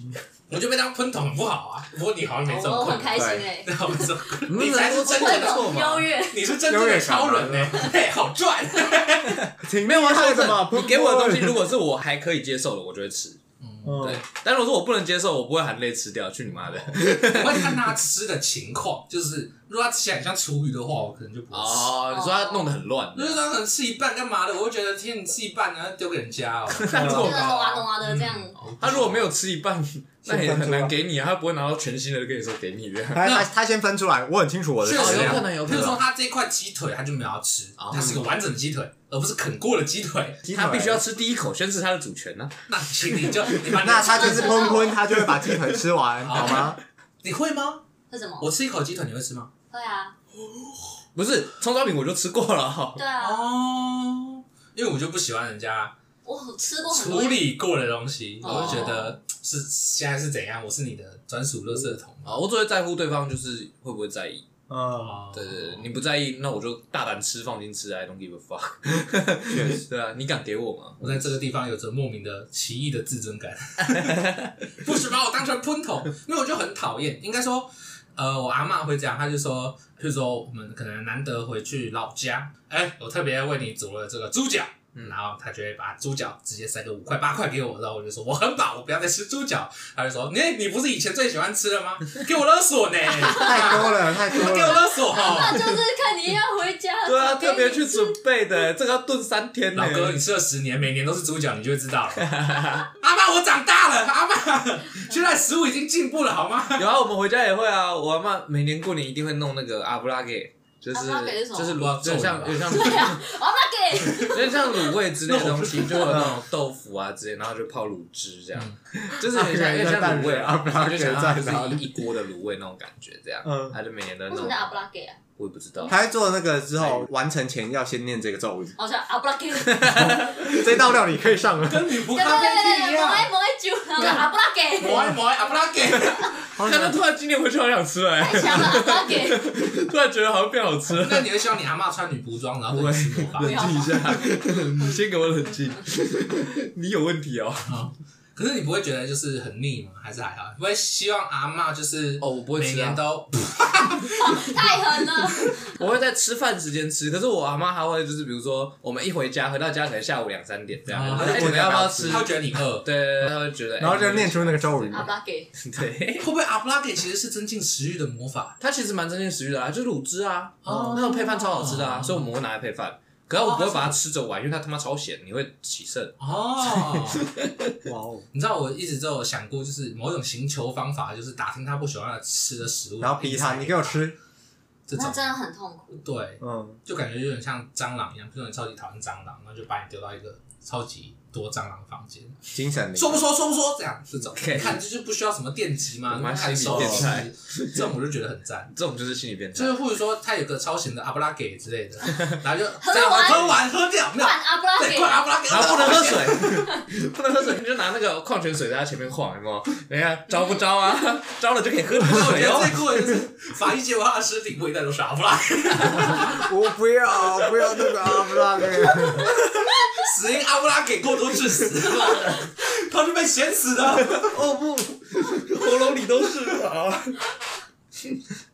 我就被当喷桶很不好啊。不过你好像没这我种很困开难，心哎， 然后我说你你才是真正会的错嘛优越。你是真正的超人呢、啊嘿，好赚。挺没有啊，厉害他的嘛？你给我的东西，如果是我还可以接受的，我就会吃。嗯对，但如果说我不能接受，我不会含泪吃掉。去你妈的！我会看他吃的情况，就是如果他吃起来很像厨余的话，我可能就不会吃。哦， 你说他弄得很乱，哦如果他可能吃一半干嘛的，我会觉得天，你吃一半然后丢给人家哦。他如就果是弄啊弄啊的这样，嗯嗯他如果没有吃一 半，那也很先分出来难给你啊，他不会拿到全新的跟你说给你这啊样。他他他先分出来，我很清楚我的确食哦实有啊可量。能有可譬能如说他这块鸡腿，他就没有要吃，哦它是个完整的鸡腿，而不是啃过的鸡 腿。 鸡腿他必须要吃第一口，宣示他的主权啊呢。那请你就你把你 的那他就是坤坤，他就会把鸡腿吃完，好 吗？你会吗？是什么？我吃一口鸡腿，你会吃吗？对啊，不是葱烧饼，我就吃过了。 对啊，哦，因为我就不喜欢人家我吃过很处多。理过的东西，哦我就觉得是现在是怎样，我是你的专属垃圾桶。啊，我只会在乎对方就是会不会在意。嗯，哦对对对，你不在意，那我就大胆吃，放心吃，I don't give a fuck。 确实。对啊，你敢给我吗？我在这个地方有着莫名的奇异的自尊感， 不许把我当成喷头，因为我就很讨厌。应该说，呃，我阿嬷会这样，她就说，譬如说我们可能难得回去老家，哎、我特别为你煮了这个猪脚。嗯然后她就会把猪脚直接塞个五块八块给我，然后我就说我很饱，我不要再吃猪脚。她就说你你不是以前最喜欢吃的吗？给我勒索呢，太多了，太多给我 了。勒索哈、那就是看你要回家。 对啊，找别特别人去准备的，这个要炖三天呢。老哥，你吃了十年，每年都是猪脚，你就会知道了。阿妈，我长大了，阿妈，现在食物已经进步了，好吗？有啊，我们回家也会啊。我阿妈每年过年一定会弄那个阿布拉给，就是阿布拉给是什么就是卤，就像有点像对啊，我要给。就像卤味之类的东 西，就有那种豆腐啊之类，然后就泡卤汁这样， 就是很像很像卤味啊阿布拉就给在想哪里它就是一一锅的卤味那种感觉这样。嗯他就每年都为什弄么叫，阿布拉给啊？我也不知道。他在做那个之后，完成前要先念这个咒语。我叫阿布拉给。对这道料理可以上了，跟女仆对咖啡对厅对，一某样。爱某爱酒，然后阿布拉给，摩埃摩埃阿布拉给，好但是突然今年回去好想吃哎、太强了，阿布拉给。突然觉得好像变好吃了。那你会希望你阿妈穿女仆装，然后对你吃魔法？不要静一下，你先给我冷静。你有问题哦。可是你不会觉得就是很腻吗？还是还好？你不会希望阿妈就是哦，我不会每吃啊年。都太狠了！我会在吃饭时间吃，可是我阿妈还会就是比如说我们一回家，回到家可能下午两三点这样，哦她就她哎就你们要不要不吃她？会觉得你饿？对对对，她会觉得，哎 然后就念出那个咒语。阿布拉给， 对。会不会阿布拉给其实是增进食欲的魔法？它其实蛮增进食欲的啊，就是卤汁啊，哦那种配饭超好吃的啊，所以我们会拿来配饭。可是我不哦会把它吃着玩，因为它他妈超咸，你会起肾。哦，哇哦！你知道我一直都有想过，就是某种行求方法，就是打听他不喜欢吃的食物，然后逼他，你给我吃。这那种。真的很痛苦。对，嗯，就感觉有点像蟑螂一样，比如说你超级讨厌蟑螂，然后就把你丢到一个超级多蟑螂房间，精神说不说说不说这样这种， Okay 看这就不需要什么电击嘛，蛮看心理手变机态，这种我就觉得很 赞。这种就是心理变就态是。或者说他有个超闲的阿布拉给之 类的，然后就喝完这样喝完喝掉，没有灌阿布拉对，给灌阿布拉给，然后不能喝水， 不能喝水，你就拿那个矿泉水在他前面晃，有没有？人家招不招啊？ 招了就可以喝这个那我水觉得哦。最酷 的就是法医结果他的尸体味道都是阿布拉给，我不要不要那个阿布拉格，死因阿布拉给过多致死嘛，他是被咸死的。哦不，喉咙里都是 啊。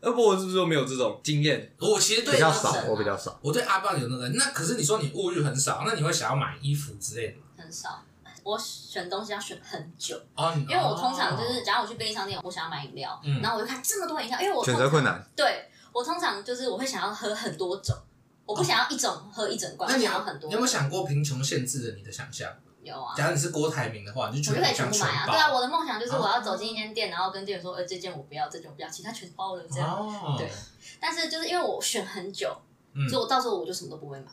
呃不，我是不是都没有这种经验？我其实对 比较神少啊，我比较少。我对阿布拉给有那个，那可是你说你物欲很少，那你会想要买衣服之类的吗？很少。我选东西要选很久，哦，你因为我通常就是，假如我去便利商店，我想要买饮料，哦嗯然后我就看这么多饮料，因为我选通择困难，对我通常就是我会想要喝很多种，我不想要一种喝一整罐，哦那我你想要有很多你有没有想过贫穷限制了你的想象？有啊，假如你是郭台铭的话，你就我就全可以部全想哦部全买啊。包。对啊，我的梦想就是我要走进一间店，然后跟店员说，呃，这件我不要，这件我不要，其他全包了这样。哦，对啊但是就是因为我选很久，嗯所以我到时候我就什么都不会买。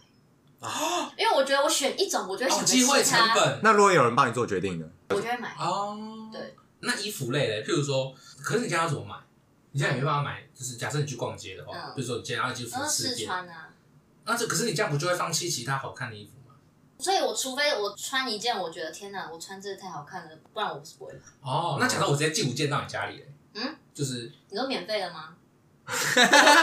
因为我觉得我选一种，我就会哦，想机会着其成他，本那如果有人帮你做决定呢？我就会买。哦，对。那衣服类的，譬如说，可是你现在要怎么买？你现在也没办法买，就是假设你去逛街的话，嗯比如说你今天要去服然后饰试店，穿啊，那这可是你这样不就会放弃其他好看的衣服吗？所以我除非我穿一件，我觉得天哪，我穿这个太好看了，不然我是不会买。哦，那假设我直接寄五件到你家里嘞，欸嗯，就是你说免费的吗？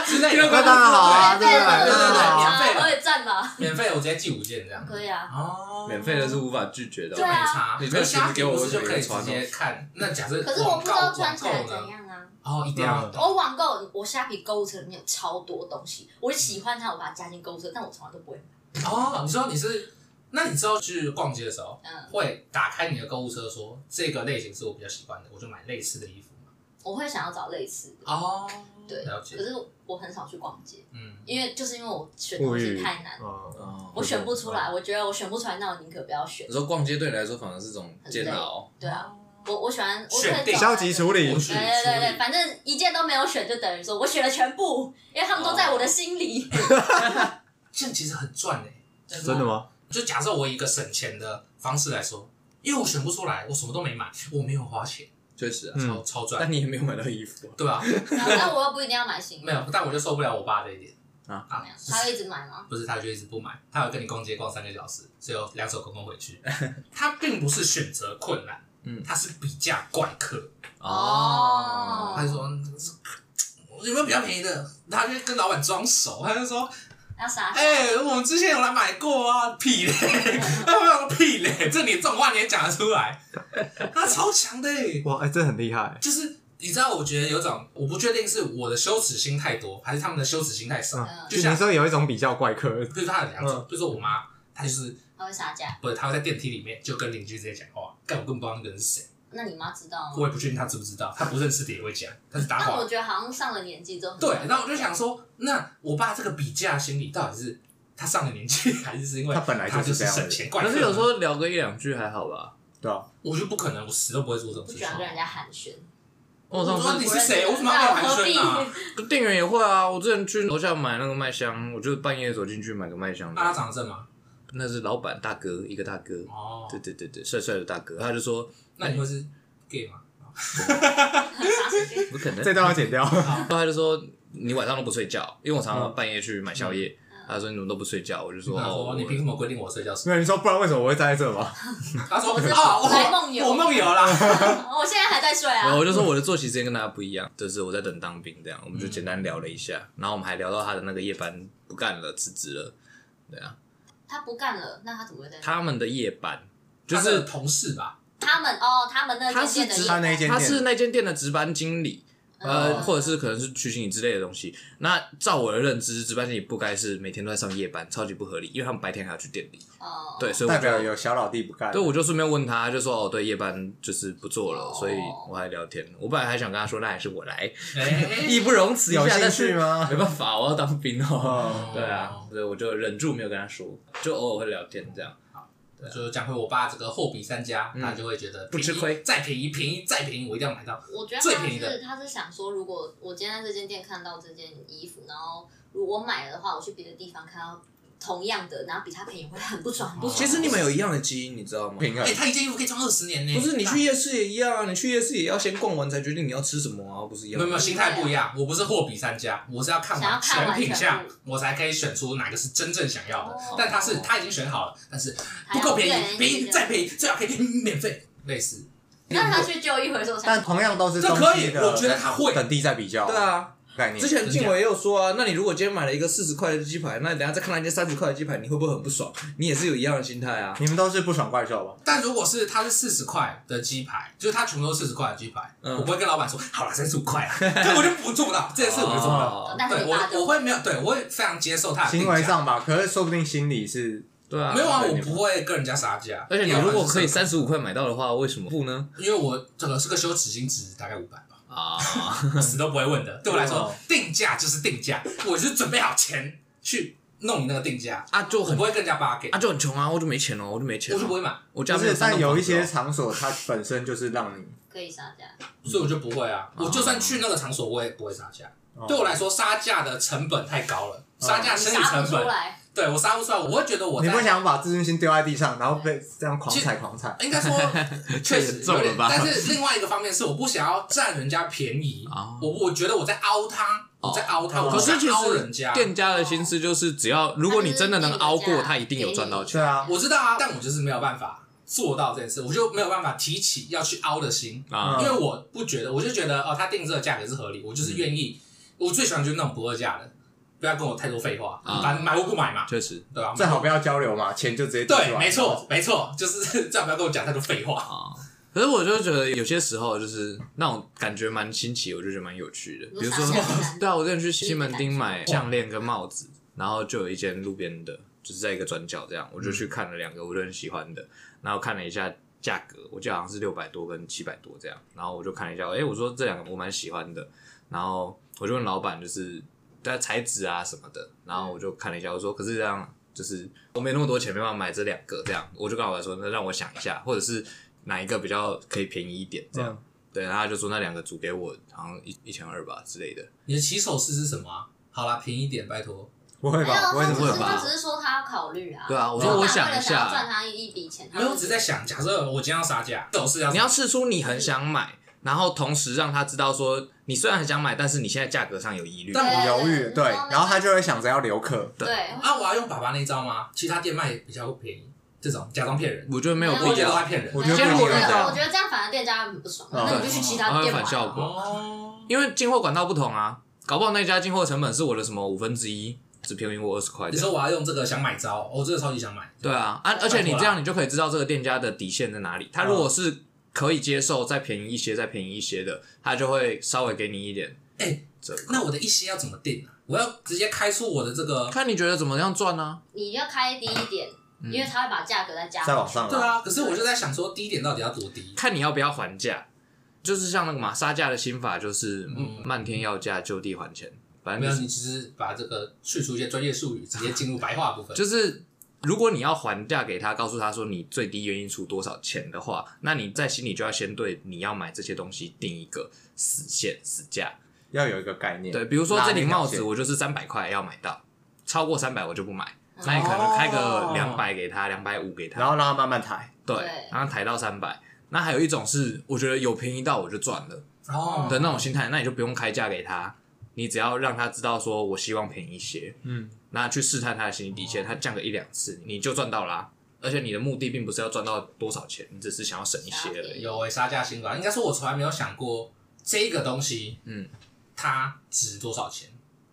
之类那的，当然好啊，免对费不的，对？对当然对好啊。啊免费的我也赞吧，免费的我直接寄五件这样，可以啊。哦，免费的是无法拒绝的没对哦。啊差，你这个可是虾皮给我不是就可以我直就可以接看。那假设可是我不知道网购穿起来网购呢怎样啊。哦，一定要懂我网购，我虾皮购物车里面有超多东西，我喜欢它，我把它加进购物车，但我从来都不会买。哦。你说你是，那你知道去逛街的时候，嗯，会打开你的购物车说这个类型是我比较喜欢的，我就买类似的衣服吗？我会想要找类似的，哦，对。了可解，是我很少去逛街，嗯，因为就是因为我选东西太难，嗯哦我选不出来。我觉得我选不出来，那我宁可不要选你。说逛街对你来说反而是种煎熬，对啊，我我喜欢，我选可以找定哦消极处理我去对对对对，反正一件都没有选，就等于说我选了全部，因为他们都在我的心里。哦 这样其实很赚哎、欸，真的？吗？就假设我以一个省钱的方式来说，因为我选不出来，我什么都没买，我没有花钱，确实啊。嗯超超赚，但你也没有买到衣服啊。对啊，但我又不一定要买新没的，有，但我就受不了我爸这一点啊啊，他会一直买吗？不是他就一直不买，他要跟你逛街逛三个小时，只有两手空空回去。他并不是选择困难，嗯他是比价怪客。啊哦他就说嗯有没有比较便宜的？他就跟老板装熟，他就说要 傻笑。哎、我们之前有来买过啊，屁嘞！他们有个屁嘞，这你这种话你也讲得出来？他超强的、欸，哇，哎，这很厉害。就是你知道，我觉得有种我不确定是我的羞耻心太多，还是他们的羞耻心太少。嗯，就像你说有一种比较怪客，比如他有两种，比如说我妈，她就是他会杀价，不是她会在电梯里面就跟邻居直接讲话，但我根本不知道那个人是谁，那你妈知道我吗？也不确定她知不知道，她不认识的也会讲，但是打但我谎。觉得好像上了年纪之后，对，然后我就想，说，那我爸这个比价心理到底是他上了年纪，还是是因为他本来他就是就是这样的省人钱怪客？可是有时候聊个一两句还好吧。对啊，我就不可能，我死都不会做这种不事喜情欢。跟人家寒暄。我我哦上说你次是谁？我为什么要跟你寒暄那啊何？店员也会啊，我之前去楼下买那个麦香，我就是半夜走进去买个麦香的那他长得正吗？那是老板大哥，一个大哥，哦对对对对，帅帅的大哥，他就说那你会是 gay 吗？傻傻去不可能，这段要剪掉。 他就说你晚上都不睡觉，因为我常常半夜去买宵夜，他说你怎么都不睡觉，我就说他哦说，你凭什么规定我睡觉 时没有，你说不然为什么我会站在这吗？间？他说我是啊，来 梦游我我梦游啦。 我现在还在睡然后啊。哦我就说我的作息时间跟大家不一样，就是我在等当兵这样，我们就简单聊了一下，然后我们还聊到他的那个夜班不干了，辞职了，对啊，他不干了，那他怎么会在？他们的夜班 就他的是同事 吧，他们哦，他们那间店他的是夜只他那一间他是那间店的值班经理，呃，嗯或者是可能是区经理之类的东西。那照我的认知，值班经理不该是每天都在上夜班，超级不合理，因为他们白天还要去店里。哦，对，，所以我代表就有小老弟不干。对，我就顺便问他，他就说哦，对，夜班就是不做了，哦所以我还聊天。我本来还想跟他说，那还是我来，哎，义不容辞一有下，兴但是趣吗没？办法，我要当兵哦。哦 对啊，所以我就忍住没有跟他说，就偶尔会聊天这样。就讲回我爸这个货比三家，嗯他就会觉得不吃亏便宜再便宜，便宜再便宜，我一定要买到。我觉得最他便宜是的他是想说，如果我今天在这间店看到这件衣服，然后如果我买了的话，我去别的地方看到同样的，然后比他便宜，我会很不爽，哦很不爽。其实你们有一样的基因，你知道吗？平衡哎、他一件衣服可以穿二十年呢。不是你去夜市也一样啊，你去夜市也要先逛完才决定你要吃什么啊，不是一没样有吗？没有，心态不一样。我不是货比三家，我是要看啊想要完看完选品全项部，我才可以选出哪个是真正想要的。哦但他是他已经选好了，但是还不要够便对宜，便宜对再便宜，最好可以嗯免费， 类似。那他去就医回收才但同样都是这东可西以的，我觉得他会哎等地在比较，对，啊，概念之前静伟也有说啊，那你如果今天买了一个四十块的鸡排，那你等一下再看到一件三十块的鸡排，你会不会很不爽？你也是有一样的心态啊。你们都是不爽怪兽吧？但如果是他是四十块的鸡排，就是他全部都是四十块的鸡排，嗯我不会跟老板说好了三十五 块啊，这我就不做不到，这件事我就做不到。哦但是对你爸我就我会没有，对我会非常接受他的定行价为上吧，啊可是说不定心里是对啊，没有啊，对我你不会跟人家杀价。而且你要不如然果就是可以三十五块买到的话，为什么不呢？因为我这个是个羞耻心值大概五百吧，啊，我死都不会问的。对我来说哦，定价就是定价，我就是准备好钱去弄你那个定价， 啊就我很不会跟人家 bargain，啊就很穷啊，我就没钱了，我就没钱我就不了，会买，我家就没有是，三但栋有一房子哦些场所它本身就是让你，可以杀价。所以我就不会啊。哦我就算去那个场所，我也不会杀价。哦对我来说，杀价的成本太高了，哦杀价你心理杀不成出本，来，对我杀不出来，我会觉得我你在不想把自尊心丢在地上，然后被这样狂其啊踩狂踩，应该说确实这有也重点了吧，但是另外一个方面是，我不想要占人家便宜哦，我我觉得我在凹他，我在凹他，哦我可不是想其凹人家实。店家的心思就是，只要如果你真的能熬过，他他一定有赚到钱。对啊，我知道啊，但我就是没有办法做到这件事，我就没有办法提起要去凹的心，啊嗯因为我不觉得，我就觉得哦，他定这个价格是合理，我就是愿意，我最喜欢就是那种不二价的，不要跟我太多废话，啊反正买或不买嘛，确实对吧？最好不要交流嘛，钱就直接丢出对，来没错，没错，就是 最好不要跟我讲太多废话。啊。可是我就觉得有些时候就是那种感觉蛮新奇，我就觉得蛮有趣的。比如说你说啥 啥，对啊，我之前去西门町买项链跟帽子，然后就有一间路边的，就是在一个转角这样，我就去看了两个我都很喜欢的，然后看了一下价格，我记得好像是六百多跟七百多这样，然后我就看了一下，哎、我说这两个我蛮喜欢的，然后我就问老板就是在材质啊什么的，然后我就看了一下，我说可是这样就是我没那么多钱，没办法买这两个这样，我就跟老板说那让我想一下，或者是哪一个比较可以便宜一点这样。嗯对，然后他就说那两个组给我好像一一千二吧之类的，你的起手式是什么啊？好啦，平一点，拜托。不会没有，吧？不会他怎只么会是吧他只是说他要考虑啊。对啊我老板说我想一下为了想要赚他一笔钱，他没有，我只是在想，假设我今天要杀价，这种事要你要试出你很想买，然后同时让他知道说，你虽然很想买，但是你现在价格上有疑虑。但我犹嗯豫，对，然后他就会想着要留客，对，啊，我要用爸爸那一招吗？其他店卖比较便宜，这种假装骗人，我觉得没有没有我必觉得都在要，骗人。我觉得先如不果一定遇我啊到觉得这样反而店家很不爽，嗯那你就去其他它会店买哦反效啊。果，哦，因为进货管道不同啊，搞不好那家进货成本是我的什么五分之一，只便宜我二十块你这样。说我要用这个想买招，哦我、真的超级想买。对啊，啊，而且你这样你就可以知道这个店家的底线在哪里。他如果是可以接受再便宜一些、再便宜一些的，他就会稍微给你一点哎折扣。那我的一些要怎么定啊？我要直接开出我的这个。看你觉得怎么样赚啊呢？你要开低一点，因为他会把价格再加再往上对拉。啊，可是我就在想说，低点到底要多低？看你要不要还价，就是像那个嘛，杀价的心法就是嗯漫天要价，就地还钱，反没正有，就你是只是把这个去除一些专业术语，直接进入白话部分。就是。如果你要还价给他，告诉他说你最低愿意出多少钱的话，那你在心里就要先对你要买这些东西定一个死线死价。要有一个概念。对，比如说拉这那顶条帽子，线我就是三百块要买到，超过三百我就不买。嗯那你可能开个哦两百给他，两百五给他，然后让它慢慢抬。对对，然后抬到三百。那还有一种是，我觉得有便宜到我就赚了。哦，的那种心态，那你就不用开价给他，你只要让他知道说我希望便宜一些，嗯，那去试探他的心理底线，他降个一两次你就赚到啦、而且你的目的并不是要赚到多少钱，你只是想要省一些而已。有诶、杀价心法，应该说我从来没有想过这个东西，嗯，它值多少钱？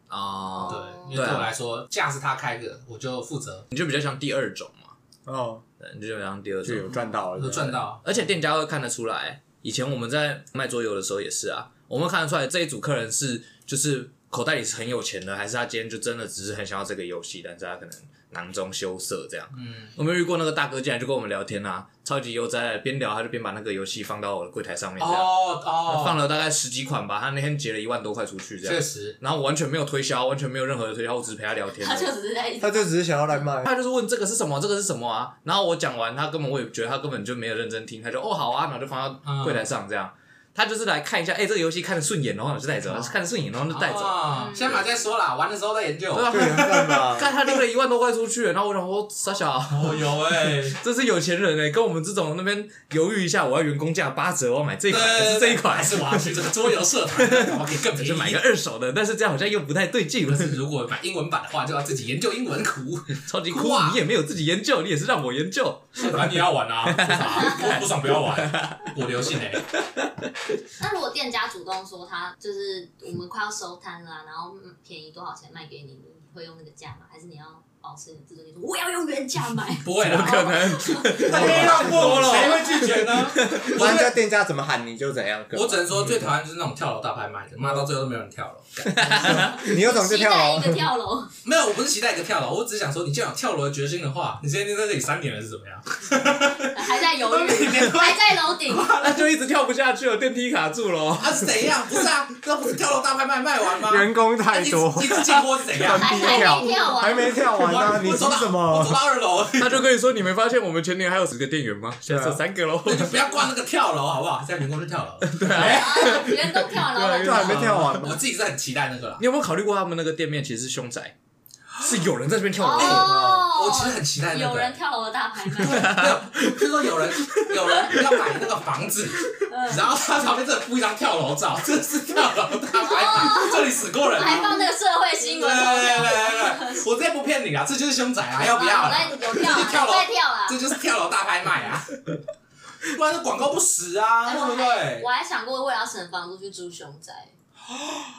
哦，对，因为对啊对我来说，价是他开的，我就负责，你就比较像第二种嘛，哦，对你就比较像第二就有种，赚到我了，就赚。到。而且店家会看得出来。以前我们在卖桌游的时候也是啊，我们看得出来这一组客人是就是口袋里是很有钱的，还是他今天就真的只是很想要这个游戏，但是他可能囊中羞涩这样。嗯，我们遇过那个大哥，进来就跟我们聊天啊，超级悠哉，边聊他就边把那个游戏放到我的柜台上面，这样、哦哦，放了大概十几款吧。他那天结了一万多块出去，这确样，实，然后完全没有推销，完全没有任何的推销，我只是陪他聊天他。就只是在一直他就只是想要来卖，他就是问这个是什么，这个是什么啊？嗯然后我讲完，他根本我也觉得他根本就没有认真听，他就哦好啊，然后就放到柜台上这样。他就是来看一下，哎、这个游戏看着顺眼，然后我就带走；看着顺眼，然后就带走。啊嗯先买再说啦，玩的时候再研究。哦对啊，就缘分 吧。看他拎了一万多块出去，然后我想说傻小，哦，有 哎、这是有钱人哎、跟我们这种那边犹豫一下，我要员工价八折，我要买这一款，啊还是这一还款，是我要去这个桌游社团， 我可以更便宜。就买 个二手的，但是这样好像又不太对劲但 是如果买英文版的话，就要自己研究英文苦。超级酷哭啊，你也没有自己研究，你也是让我研究。那你也要玩啊，不爽不爽不要玩，我流行哎、那如果店家主动说他就是我们快要收摊了啊、然后嗯便宜多少钱卖给你，你会用那个价吗？还是你要保持你自尊？你说我要用原价买，不会不啦，可能，那就让过了，谁会拒绝呢？不然叫店家怎么喊你就怎样。我只能说最讨厌就是那种跳楼大拍卖的，妈到最后都没有人跳楼。你有种就哦期跳待一楼。个跳楼，没有，我不是期待一个跳楼，我只想说，你既然有跳楼的决心的话，你现在在这里三年了是怎么样？ 还在犹豫，还在楼顶，那就一直跳不下去了，电梯卡住了。哦啊是怎样？不是啊，那不是跳楼大拍卖卖完吗？员工啊太你多，你直进货是怎样？还还没跳完，还没跳 完呢，你我急走到什我么走？到二楼， 他就跟你说，你没发现我们全年还有十个店员吗？现在剩三个喽。你就不要挂那个跳楼好不好？现在员工就跳楼，啊员工跳完， 老板就还没跳完吗？我自己是很期待那个啦。 你有没有考虑过他们那个店面其实是凶宅，是有人在这边跳楼？哦，我其实很期待那个、有人跳楼的大拍卖，没有，就是说有人有人要买那个房子，嗯然后他旁边这附一张跳楼照，这是跳楼大牌，这里死过人、还啊。放那个社会新对闻对头对条，对对，我这不骗你啊，这就是凶宅啊，要不要啊啊？来有跳这就跳啊，楼再跳啊这。就是跳楼大拍卖啊！不然这广告不实啊，哎对我还不对我？还想过为了要省房租去租熊宅，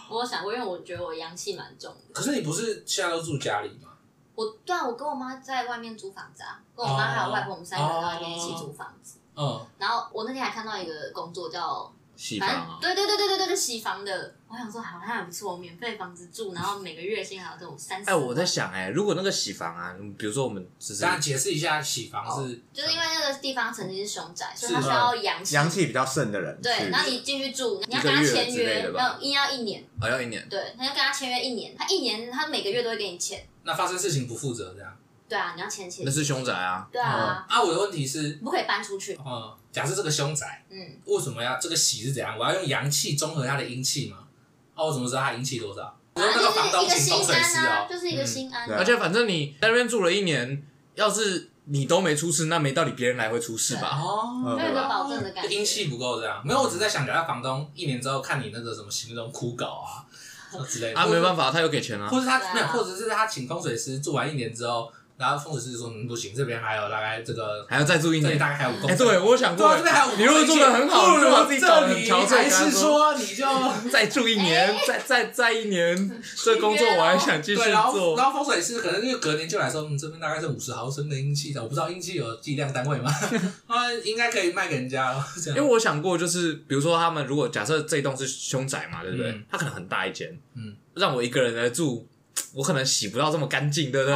我有想过，因为我觉得我阳气蛮重的。可是你不是现在都住家里吗？我对啊，我跟我妈在外面租房子啊，跟我妈还有外婆，我们三个人在外面一起租房子。嗯，然后我那天还看到一个工作叫，喜反正，对对对对对对对洗房的，我想说好像还不错，免费房子住，然后每个月薪还要这种三十。哎，我在想，哎，如果那个洗房啊，比如说我们只是大家解释一下，洗房是就是因为那个地方曾经是熊宅，所以它是需要阳气。阳气比较盛的人，对，是然后你进去住，你要一个跟他月签之类约，的吧要一定要一年，哦要一年，对，你要跟他签约一年，他一年他每个月都会给你钱，那发生事情不负责这样。对啊，你要签签那，是凶宅啊。对啊，啊，我的问题是，不可以搬出去，嗯，假设这个凶宅。嗯，为什么要这个喜是怎样？我要用阳气中和它的阴气吗？啊，我怎么知道它阴气多少？我说反那正个啊就是房一东个请风心水师安啊，啊，就是一个心安对啊，啊而且反正你在那边住了一年，要是你都没出事，那没道理别人来会出啊事吧？哦有一个保证的感觉，阴气不够这样。没有，我只是在想，等下房东一年之后看你那个什么行踪枯槁啊之类的，啊，没办法，法，他有给钱啊。或者对他啊没有，或者是他请风水师做完一年之后，然后风水师就说嗯不行，这边还有大概这个还要再住一这里年。大概还有五公哎，分。对，我有想对啊，过这，边还有五公分你如果做的很好，不就把自如己搞得这很里憔悴。还跟他是说你就再住一年，再再再一 年，哦这工作我还想继续对，然后做。然后风水师可能就隔年就来说，嗯，这边大概是五十毫升的阴气的，我不知道阴气有计量单 位吗？啊，应该可以卖给人家了。这因样为我想过，就是比如说他们如果假设这一栋是凶宅嘛，对不对嗯？它可能很大一间，嗯，让我一个人来住，我可能洗不到这么干净，对不对？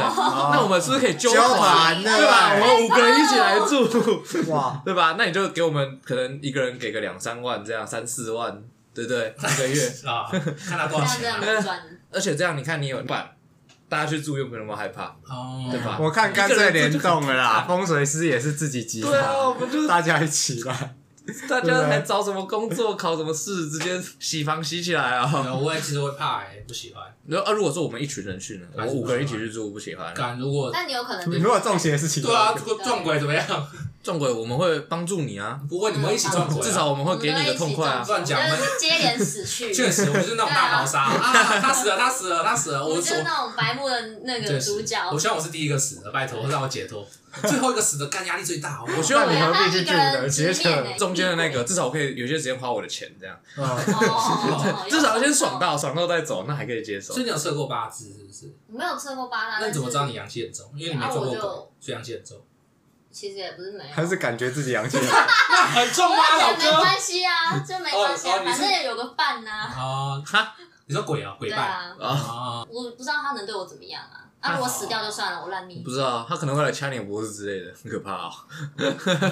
哦那我们是不是可以纠纠团？啊团对吧？我对们五个人一起来住， 吧？哇，对吧？那你就给我们可能一个人给个两三万，这样三四万，对不对？一个月，啊，看他这多少样真钱的 啊、蛮赚，而且这样你看你有伴，大家去住又没有那么害怕，哦，对吧？ 我看干脆联动了啦，风水师也是自己集对啊， 我团，们就是大家一起啊啦。大家还找什么工作、考什么试，直接洗房洗起来啊！呃我也其实会怕、欸，不喜欢。 然后啊，如果说我们一群人去呢，我还是不五个人一起去住，不喜欢。敢如果但你有可能如果中邪是其中对一啊，个如果撞鬼怎 么样？撞鬼我们会帮助你啊，不会，你们会一起撞鬼、啊，至少我们会给你个痛快啊。乱讲我们就是接连死去， 确实，我就是那种大逃杀啊，他死了，他死了，他死了，我我们就是我那种白目的那确个实主角，我希望我是第一个死的，拜托让我解脱，最后一个死的干压力最大。我希那望你何必去救对啊呢？那直接一个人直撤面。中间的那个，至少我可以有些时间花我的钱，这样嗯，哦，至少先爽。到，爽到再走，那还可以接受 所。以你有测过八字是不是？我没有测过八大，那你怎么知道啊但是你阳气很重？因为你没做过鬼，啊我所以阳气很重。 其实也不是没有，还是感觉自己阳气很那很重我也觉得没？关系啊，就没关系哦啊哦，你反是正有个伴呐。啊，哈你说鬼啊，鬼对拜啊，啊，啊，我不知道他能对我怎么样啊。那如果死掉就算了，我烂命不。知道他可能会来掐你的脖子之类的，很可怕哦。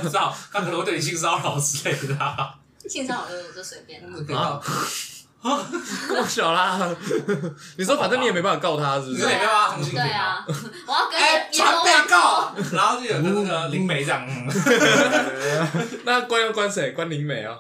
不知 道他可能会对你性骚扰之类的啊。性骚扰就就随便了。啊，跟我小啦。你说反正你也没办法告他，是不你是说？也没有办法同情对别人。啊， 我要跟哎，你传被告，然后就有跟那个林北这样，嗯那关要关谁？关林美啊，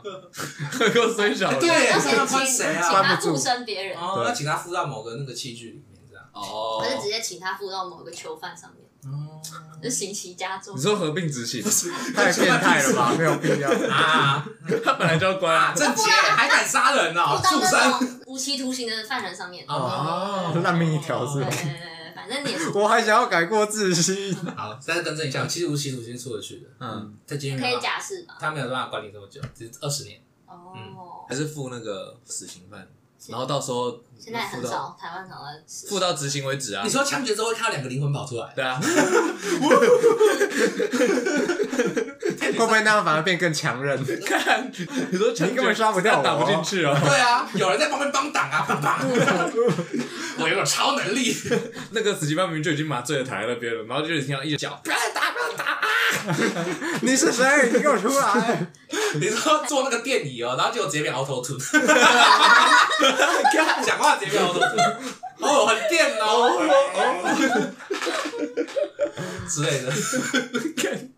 给我生小哎了。对，要这要请关谁请啊？他附身别人，哦，对要请他附到某个那个器具里面这样。哦我是直接请他附到某个囚犯上面，哦，就刑期加重你。说合并执行， 太变态了 吧？没有必要。啊他本来就要关啊！啊。郑杰还敢杀人附哦，到畜那生！种无期徒刑的犯人上面。哦烂命一条是对吧对对对，反正你也是我还想要改过自新。好，但是更正一下，其实无期徒刑出得去的，嗯，在监狱可没有以办法假释吧？他没有办法管你这么久，只是二十年。哦，还是付那个死刑犯，然后到时候现在付很到少台湾找到死付到执行为止啊你。说枪决之后会看到两个灵魂跑出来， 对啊，会不会那样反而变更强韧？啊看你说你根本杀不掉我打不进去哦。对啊，有人在旁边帮挡啊，帮挡！我有超能力，那个死刑犯明明就已经麻醉了躺在那边了，然后就听到一直叫 不要再打，不要再打！ 你是谁？你给我出 来！你说坐那个电椅哦，然后结果直接变 auto tune，讲话直接变 auto tune，哦，很电哦，之类的，干，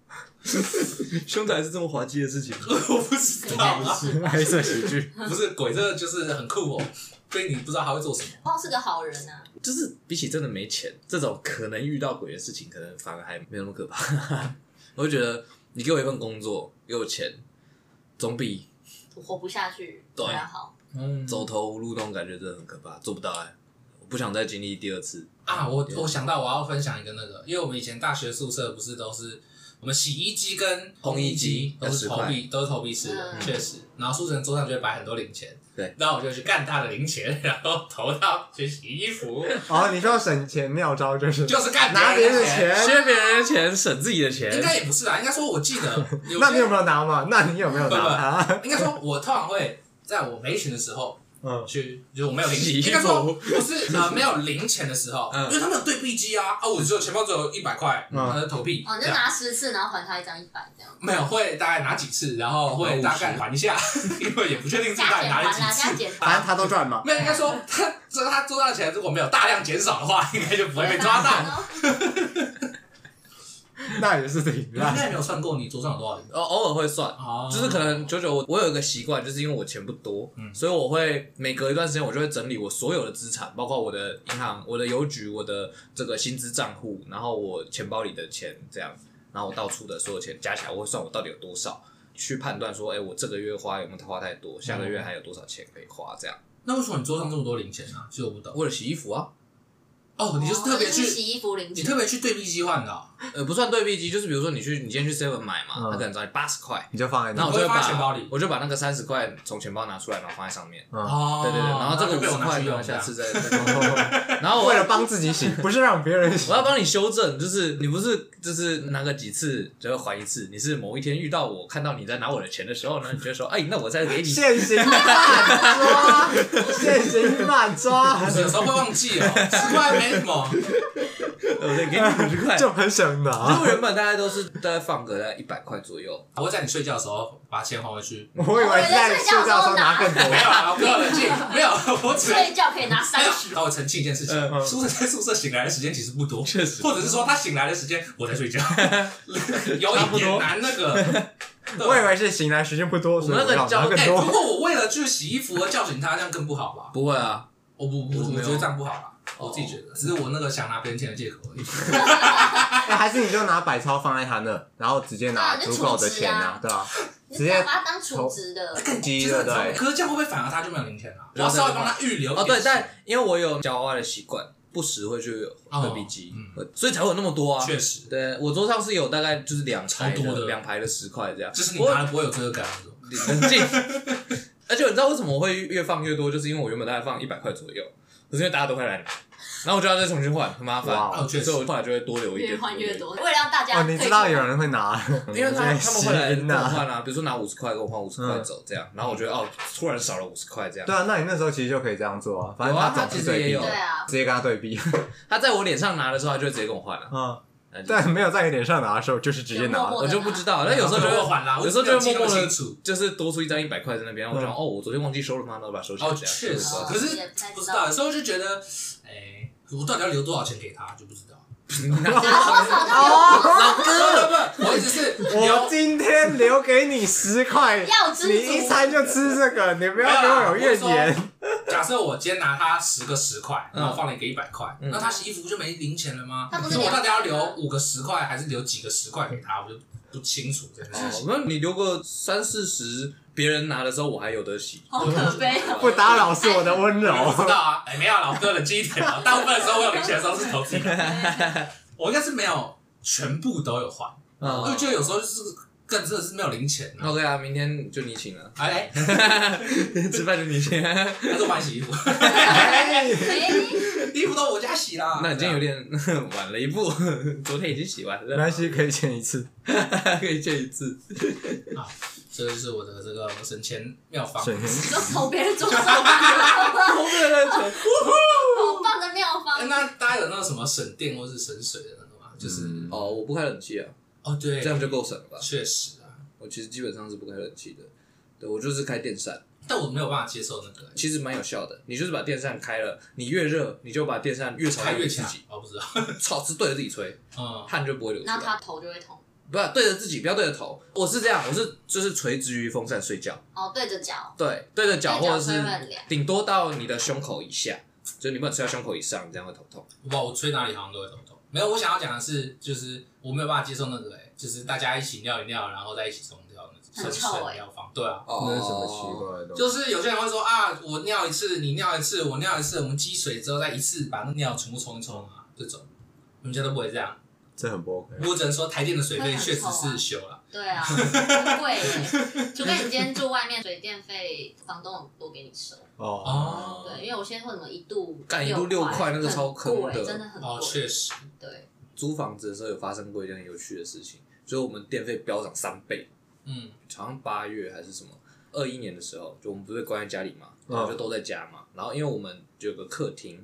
凶宅是这么滑稽的事情吗？我不知应道该不啊，是吧？黑色喜剧，不是鬼，这就是很酷哦，所以你不知道他会做什么。不知道哦是个好人啊， 就是比起真的没钱这种可能遇到鬼的事情，可能反而还没有那么可怕。 我就觉得你给我一份工作，给我钱，总比我活不下去对比较好。嗯，走投无路那种感觉真的很可怕，做不到哎、我不想再经历第二次。啊，我我想到我要分享一个那个，因为我们以前大学宿舍不是都是我们洗衣机跟烘衣机烘衣机都是要投10币都是投币式的，嗯确、实。然后宿舍人桌上就会摆很多零钱，对，然后我就去干他的零钱，然后投到去洗衣服，哦，你说省钱妙招就是就是干拿别别人的的。钱，缺别人的钱，省自己的钱应。该也不是啊，应该说我记得有那你些有没有拿嘛？那你有没有拿啊？应该说我通常会在我没钱的时候嗯，去，就是我没有零洗衣钱，服应该说不是呃没有零钱的时候，嗯因为他们有对币机啊，啊我只有钱包只有一百块，嗯他就投币，哦，你这就样拿十次，然后还他一张一百这样。没有，会大概拿几次，然后会大概还一下，因为也不确定 自己加到底减拿还了几啦，加次。减反正他都赚嘛。没有，应该说他这个他桌上的钱如果没有大量减少的话，应该就不会被抓到。到。那也是挺你应烂。该没有算过你桌上有多少零偶偶尔会算，哦就是可能九九，我我有一个习惯，就是因为我钱不多，嗯所以我会每隔一段时间，我就会整理我所有的资产，包括我的银行、我的邮局、我的这个薪资账户，然后我钱包里的钱这样，然后我到处的所有钱加起来，我会算我到底有多少，去判断说，哎、我这个月花有没有花太多，下个嗯月还有多少钱可以花，这样。那为什么你桌上这么多零钱呢、啊？其实我不懂。为了洗衣服啊，哦， 你就是特别哦这是去，洗衣服零你钱，特别去对币机换的哦、呃，不算对币机，就是比如说你去，你今天去 Seven 买嘛，嗯他可能找你八十块，你就放在那那我，就我会放把在钱包里我就把那个三十块从钱包拿出来，然后放在上面。嗯，哦对对对，然后这个就五被我十拿块去用，用，下次这样再。 然后我为了帮自己洗， 不是让别人洗我。要帮你修正，就是你不是就是拿个几次就要还一次，你是某一天遇到我看到你在拿我的钱的时候呢，你就说哎，那我再给你。现行犯抓，现行犯抓，有时候会忘记哦，十块没什么。我再给你五 十块。就很想拿就。原本大概都是大概放个大概一百块左右，我会在你睡觉的时候把钱还回去。我以为是在睡觉的时候拿更没多。有啊，我不要冷静，没有，我只睡觉可以拿三没有 十。，那我澄清一件事嗯情，嗯宿舍在宿舍醒来的时间其实不多，确实或者是说他醒来的时间我在 睡觉，有差一不点多难那 个。对我以为是醒来时间不多，所以我要拿更哎，如 多。果我为了去洗衣服而叫醒他，这样更不好吧？不会啊，我不，我我没有我哦觉得这样不好吧，我自己觉得，只是我那个想拿别人钱的借口而已。哎还是你就拿百超放在他那，然后直接拿足够的钱啊，对吧？直你接把它当储值的，鸡就对是很不糟对？可是这样会不会反而他就没有零钱啊了？我对要稍微帮他预留一哦点对，钱但因为我有夹娃娃的习惯，不时会去对比机哦，会呃所以才会有那么多啊。确实，对我桌上是有大概就是两排超多的两排的十块这样，就是你我拿了不会有罪恶感啊那种。冷静。而且你知道为什么我会越放越多，就是因为我原本大概放一百块左右，可是因为大家都会来拿，然后我就要再重新换，很麻哇烦，哦确实所以我后来就会多留一点，越换越多，为了让大家哦，可以你知道有人会拿，啊因 为他他们会来跟我呐。换啊，比如说拿五十块跟我换五十块走这样，然后我觉得哦，突然少了五十块这样对，啊，那你那时候其实就可以这样做啊，反正有啊总他其是实对也比有 对的，啊，直接跟他对比。他在我脸上拿的时候，他就会直接跟我换了，嗯，那就是但没有在你脸上拿的时候，就是直接有默拿默。我就不知道，我但有时候就就会会还啦，我有时候就会只有记默录默清的，楚。就是多出一张一百块在那边，然后我想嗯哦，我昨天忘记收了吗？然后把手写哦，起来。确实就，会可知道是也不太知道不知道，有时候就觉得，哎，我到底要留多少钱给他，就不知 道。我早就哦老哥，不不不，我一直是我留。今天留给你十块，要知足你一餐就吃这个，你 不要没给有啦我有怨我言。假设我今天拿他十个十块，嗯然后放了一个一百块，嗯那他洗衣服不就没零钱了吗？他不是那我到底要零钱吗留五个十块，还是留几个十块给他？我就不清楚这件事哦情。，那你留个三四十，别人拿的时候我还有得洗。好可悲 哦。不打扰是我的温柔。我不知道啊，哎，没有啦，我哥冷静一 点啊。大部分的时候我有零钱的时候是投资，我应该是没有全部都有还，因为嗯我觉得有时候就是更真的是没有零钱啊。 ，OK 啊，明天就你请 了，哎，吃饭就你请。啊还是我帮你洗衣服，哎 衣服都我家洗啦。那你今天有点 晚了一步，昨天已经洗完没了关，系，可以见一次。 可以借一次。 这啊就是我的这个省钱妙方。省钱你就从别人中说，好我没有在扯棒的妙哎方。那大家有那种什么省电或是省水的那种吗？就是、嗯哦，我不开冷气啊，哦，对，这样就够省了吧？确实啊，我其实基本上是不开冷气的，对我就是开电扇，但我没有办法接受那个其实蛮有效的。你就是把电扇开了，你越热，你就把电扇越朝开着越自强己，，我、不知道， 朝是对着自己吹，嗯，汗就不会流出那来。他头就会痛，不要对着自己，不要对着头。我是 这样，我是就是垂直于风扇睡觉，哦，对着脚，对，对着脚对或着者脚是吹会很凉顶多到你的胸口以下，就你不能吹到胸口以上，你这样会头痛。我不知道我吹哪里好像都会头痛。没有，我想要讲的是，就是我没有办法接受那个、哎，就是大家一起尿一尿，然后再一起冲掉那种很省臭水哎妙方，对啊。哦那是什么奇怪的东西？就是有些人会说啊，我尿一次，你尿一次，我尿一次，我们积水之后再一次把那尿全部冲一冲啊，这种，我们家都不会这样。这很不 OK。我只能说台电的水会费很确实臭啊是修了，对啊，很贵耶。除非你今天住外面，水电费房东有多给你收。哦对，因为我现在会什么一度干一度六块那个超坑的很贵真的很哦，贵。确实，对，租房子的时候有发生过一件很有趣的事情，就是我们电费飙涨三倍，嗯，好像八月还是什么，二一年的时候，就我们不是被关在家里嘛，嗯然后就都在家嘛，然后因为我们有个客厅，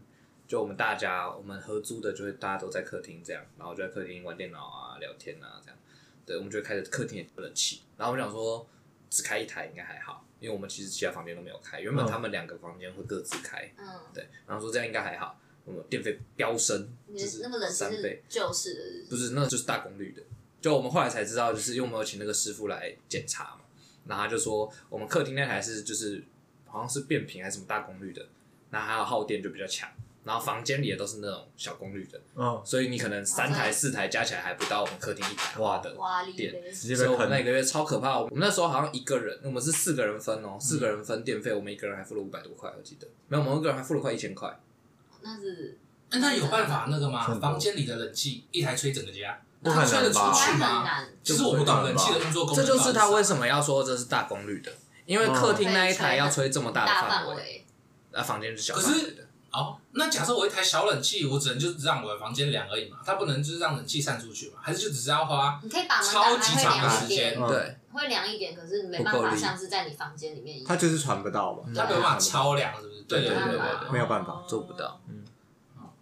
就我们大家我们合租的，就会大家都在客厅这样，然后就在客厅玩电脑啊、聊天啊这样，对，我们就会开着客厅的冷气，然后我们想说只开一台应该还好，因为我们其实其他房间都没有开，原本嗯他们两个房间会各自开，嗯，对，然后说这样应该还好，我们电费飙升，你就的是那个冷气三倍是。旧式的是不不是，是，那就是大功率的。就我们后来才知道，就是因为我们有请那个师傅来检查嘛，然后他就说我们客厅那台是就是好像是变频还是什么大功率的，然后还有耗电就比较强，然后房间里的都是那种小功率的，嗯，所以你可能三台四台加起来还不到我们客厅一百瓦的。哇，力电杯直接所以被我们喷那个月超可怕，我们那时候好像一个人，我们是四个人分哦，四个人分电费，我们一个人还付了五百多块，我记得没有，我们一个人还付了快一千块，那是哎那有办法那个吗？很多房间里的冷气一台吹整个家，不可能吧吹得啊应该出去很吗？难。其实我不懂冷气的运作功这能到底什么，就是他为什么要说这是大功率的，因为客厅那一台要吹这么嗯大的大范范围，围，啊，房间是小可范是围的。哦。那假设我一台小冷气，我只能就是让我的房间凉而已嘛，它不能就是让冷气散出去嘛，还是就只是要花你可以把门超打级开，长会的凉时一间点，嗯对，会凉一点，可是没不办够法力像是在你房间里面一他样。就是传不到吧？它没有办法超凉，是不是？对对对对对对 对没有办法啊做不到。嗯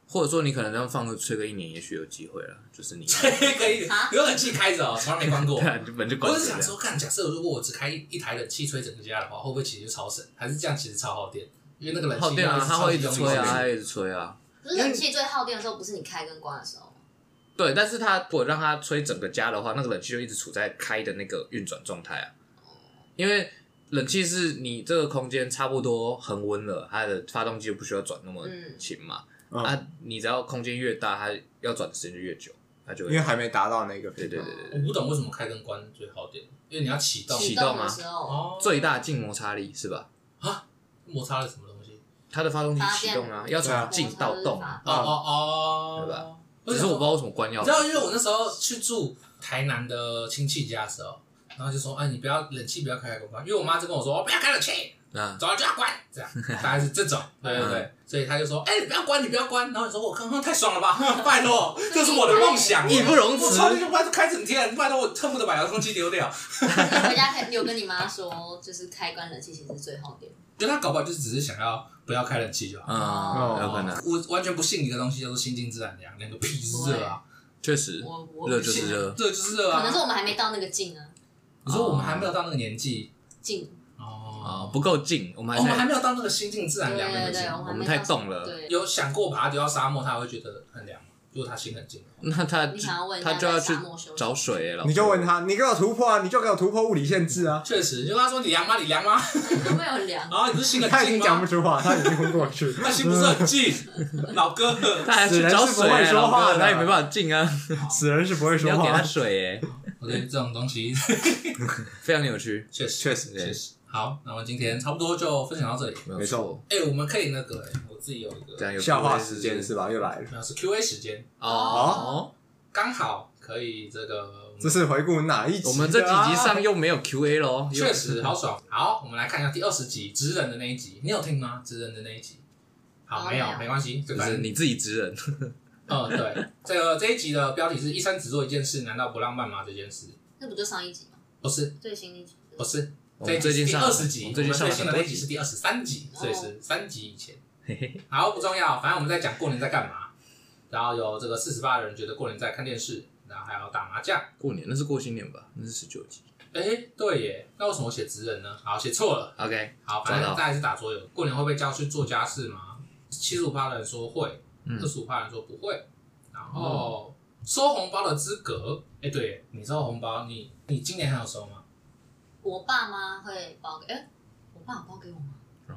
或者说你可能要放个吹个一年，也许有机会了。就是你， 可以啊，有冷气开着哦，从来没关过对。啊，你就门就关我着是这想样。说，看，假设如果我只开一台冷气吹整个家的话，会不会其实就超省？还是这样其实超耗电？因为那个冷气耗电啊，它要会一直直超级吹用啊，力它会一直吹啊。可是冷气最耗电的时候，不是你开跟关的时候吗？对，但是它如果让它吹整个家的话，那个冷气就一直处在开的那个运转状态啊。因为冷气是你这个空间差不多恒温了，它的发动机就不需要转那么嗯勤嘛。嗯啊，你只要空间越大，它要转的时间就越久，它就因会为还没达到那个对对对对我不懂为什么开跟关最耗电，因为你要启动哎启启动动啊的时候，哦，最大静摩擦力是吧？摩擦了什么东西？它的发动机发启电动啊，要对从啊静到动，啊。哦哦哦，对吧？不只是是，我不知道为什么关要你知。道，因为我那时候去住台南的亲戚家的时候，然后就说，哎，你不要冷气不要开开关关，因为我妈就跟我说，我不要开冷气，啊，早上就要关，这样，大概是这种，对对对，所以他就说，哎，你不要关，你不要关，然后你说我刚刚太爽了吧，拜托，这是我的梦想，义不容我辞。操，你就不要开整天，拜托我恨不得把遥控器丢掉。你回家可以有跟你妈说，就是开关冷气其实最耗电。就他搞不好就只是想要不要开冷气就好。啊嗯，有可能。我完全不信一个东西叫做心静自然凉，凉个屁热啊！确实我我热就是热，这就是热可能是啊。我们还没到那个劲啊，你说我们还没有到那个年纪劲，啊，哦，不够近，我们我还们还在没有到那个心静自然对凉的那对个对，境。我我们们还太没到重了对，有想过把它丢到沙漠，它会觉得很凉吗？如果它心很静的话， 那他你想要问他就要去沙漠修找水了，你就问他，你给我突破啊，你就给我突破物理限制啊！确实，你就跟他说你凉吗？你凉吗？行都没有量然，后啊你不是心他很已静经讲不吗？出话，他已经昏过去。他心不是很静，老哥。他还去找死水人是不会欸，说老话哥的他也没办法进啊，嗯死人是不会你说要给话他，水哎，我对这种东西非常扭曲，确实 确实嗯确实。好，那我们今天差不多就分享到这里。没错。哎、我们可以那个、哎，我自己有一个这，样有笑话故事时间是吧？又来了，没有是 Q A 时间，哦，刚好可以这个，这是回顾哪一集？我们这几集上，又没有 Q A 咯，又确实好爽。好，我们来看一下第二十集《职人》的那一集，你有听吗？《职人》的那一集。好，哦没没有，有没关系，就就是是你自己直人，嗯，对，这个这一集的标题是“一生只做一件事，难道不浪漫吗？”这件事那不就上一集吗？不是，最新一集。不是，我这一们集最是近第上二十集，我们我们最近上最了新很的那多一集是集，第二十三集，所以哦是三集以前。嘿嘿好，不重要，反正我们在讲过年在干嘛。然后有这个四十八人觉得过年在看电视，然后还有打麻将。过年那是过新年吧？那是十九集哎、对耶，那为什么我写职人呢？好，写错了。 ，OK，好，反找正到再来是打桌游。过年会被叫去做家事吗？七十五趴的人说会，嗯哦二十五趴的人说不会。然后、收红包的资格，哎、对耶，你收红包，你你今年还有收吗？我爸妈会包给，哎、我爸有包给我吗哦？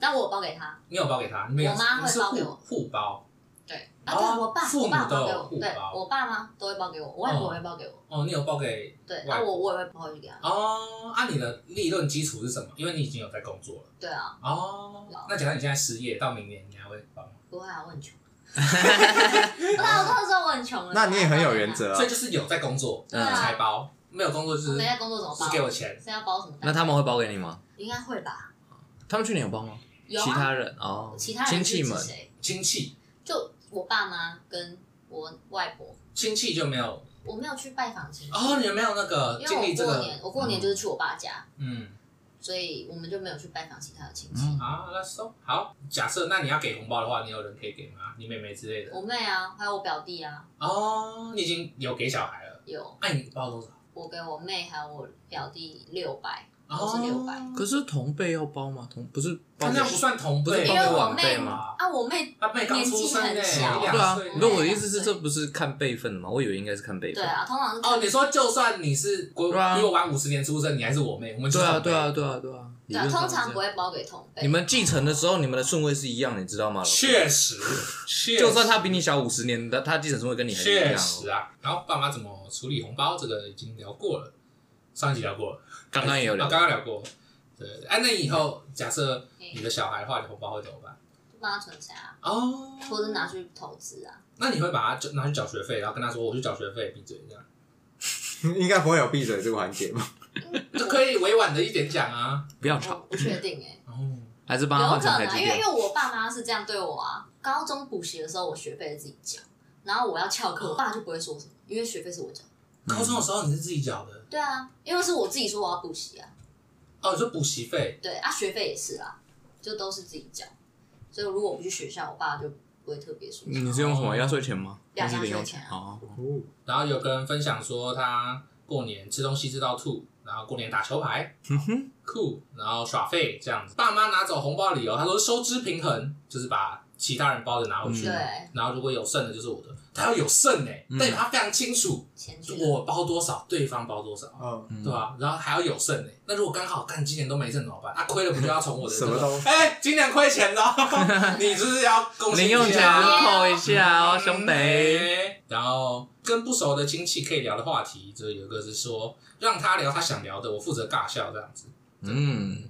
但我有包给他，你有包给他？你没有？我妈你是会包给互我互包。对啊，哦对我爸，父我母爸都包给有我，对互包我爸妈都会包给我，我外婆哦也会包给我，哦，你有包给对，外啊我我也会包回去给他，哦？按、你的利润基础是什么？因为你已经有在工作了。对啊，哦，那假如你现在失业，到明年你还会帮吗？不会啊，我很 穷，啊我打工的时候我很穷了，那你也很有原，则啊所以。就是有在工作对啊才包，没有工作就我是没在工作怎么只包？给我钱。是要包什么蛋？那他们会包给你吗？应该会吧？他们去年有包吗？有啊，其他人哦，其他亲人戚是指们谁？亲戚，就我爸妈跟我外婆，亲戚就没有我没有去拜访亲戚，哦，你们没有那个因经为历这我过个，年我过年就是去我爸家，嗯所以我们就没有去拜访其他的亲戚。嗯，啊，那收好。假设那你要给红包的话，你有人可以给吗？你妹妹之类的？我妹啊，还有我表弟啊，哦，你已经有给小孩了，有那哎你包多少？我给我妹还有我表弟六百，哦都是六百。可是同辈要包吗？同不是包那给这样不算同不是辈包因给为吧，我晚辈妹吗？啊，我妹他妹刚出生呢，年纪很小一对两啊岁，不呢。是我的意思是，这不是看辈分的吗？我以为应该是看辈对分。啊，通常是哦，你说就算你是比对啊比我晚五十年出生，你还是我妹，我们是对啊，同辈对啊，，对啊，对啊。理对啊，论上通是常这不样会包给同辈。你们继承的时候，你们的顺位是一样，你知道吗？老师确实，确就算他比你小五十年，他他继承顺位跟你还是一确样实哦。啊。然后爸妈怎么处理红包，这个已经聊过了，上一集聊过了，刚刚也有啊聊刚刚聊过。对，对对哎、那你以后假设你的小孩的话，你红包会怎么办？就帮他存钱啊，哦，或者拿去投资啊，那你会把他就拿去缴学费，然后跟他说我去缴学费，闭嘴这样，应该不会有闭嘴这个环节吧？就可以委婉的一点讲啊。不要我吵，不确定哎、哦，还是帮他有换可成台能，积因为因电为。我爸妈是这样对我啊。高中补习的时候，我学费自己交，然后我要翘课，我爸就不会说什么，因为学费是我交。高中的时候你是自己缴的，对啊，因为是我自己说我要补习啊，哦，你说补习费，对啊，学费也是啊，就都是自己交。所以如果我不去学校，我爸就不会特别说什么。你是用什么压岁钱吗？两还是零用压岁钱啊哦，然后有个人分享说他过年吃东西吃到吐，然后过年打球牌，酷，然后耍废这样子。爸妈拿走红包的理由，他说收支平衡，就是把其他人包的拿回去，嗯对，然后如果有剩的就是我的。他要有剩哎、嗯代表他非常清楚，钱就去我包多少，对方包多少，嗯，嗯对吧、然后还要有剩哎、那如果刚好干今年都没剩怎么办？啊，亏了不就要从我的这什个么东西哎、今年亏钱了， 你就是要贡献哦零一下用钱扣一下哦，兄弟。嗯然后跟不熟的亲戚可以聊的话题，这有一个是说让他聊他想聊的，我负责尬笑这样子。嗯，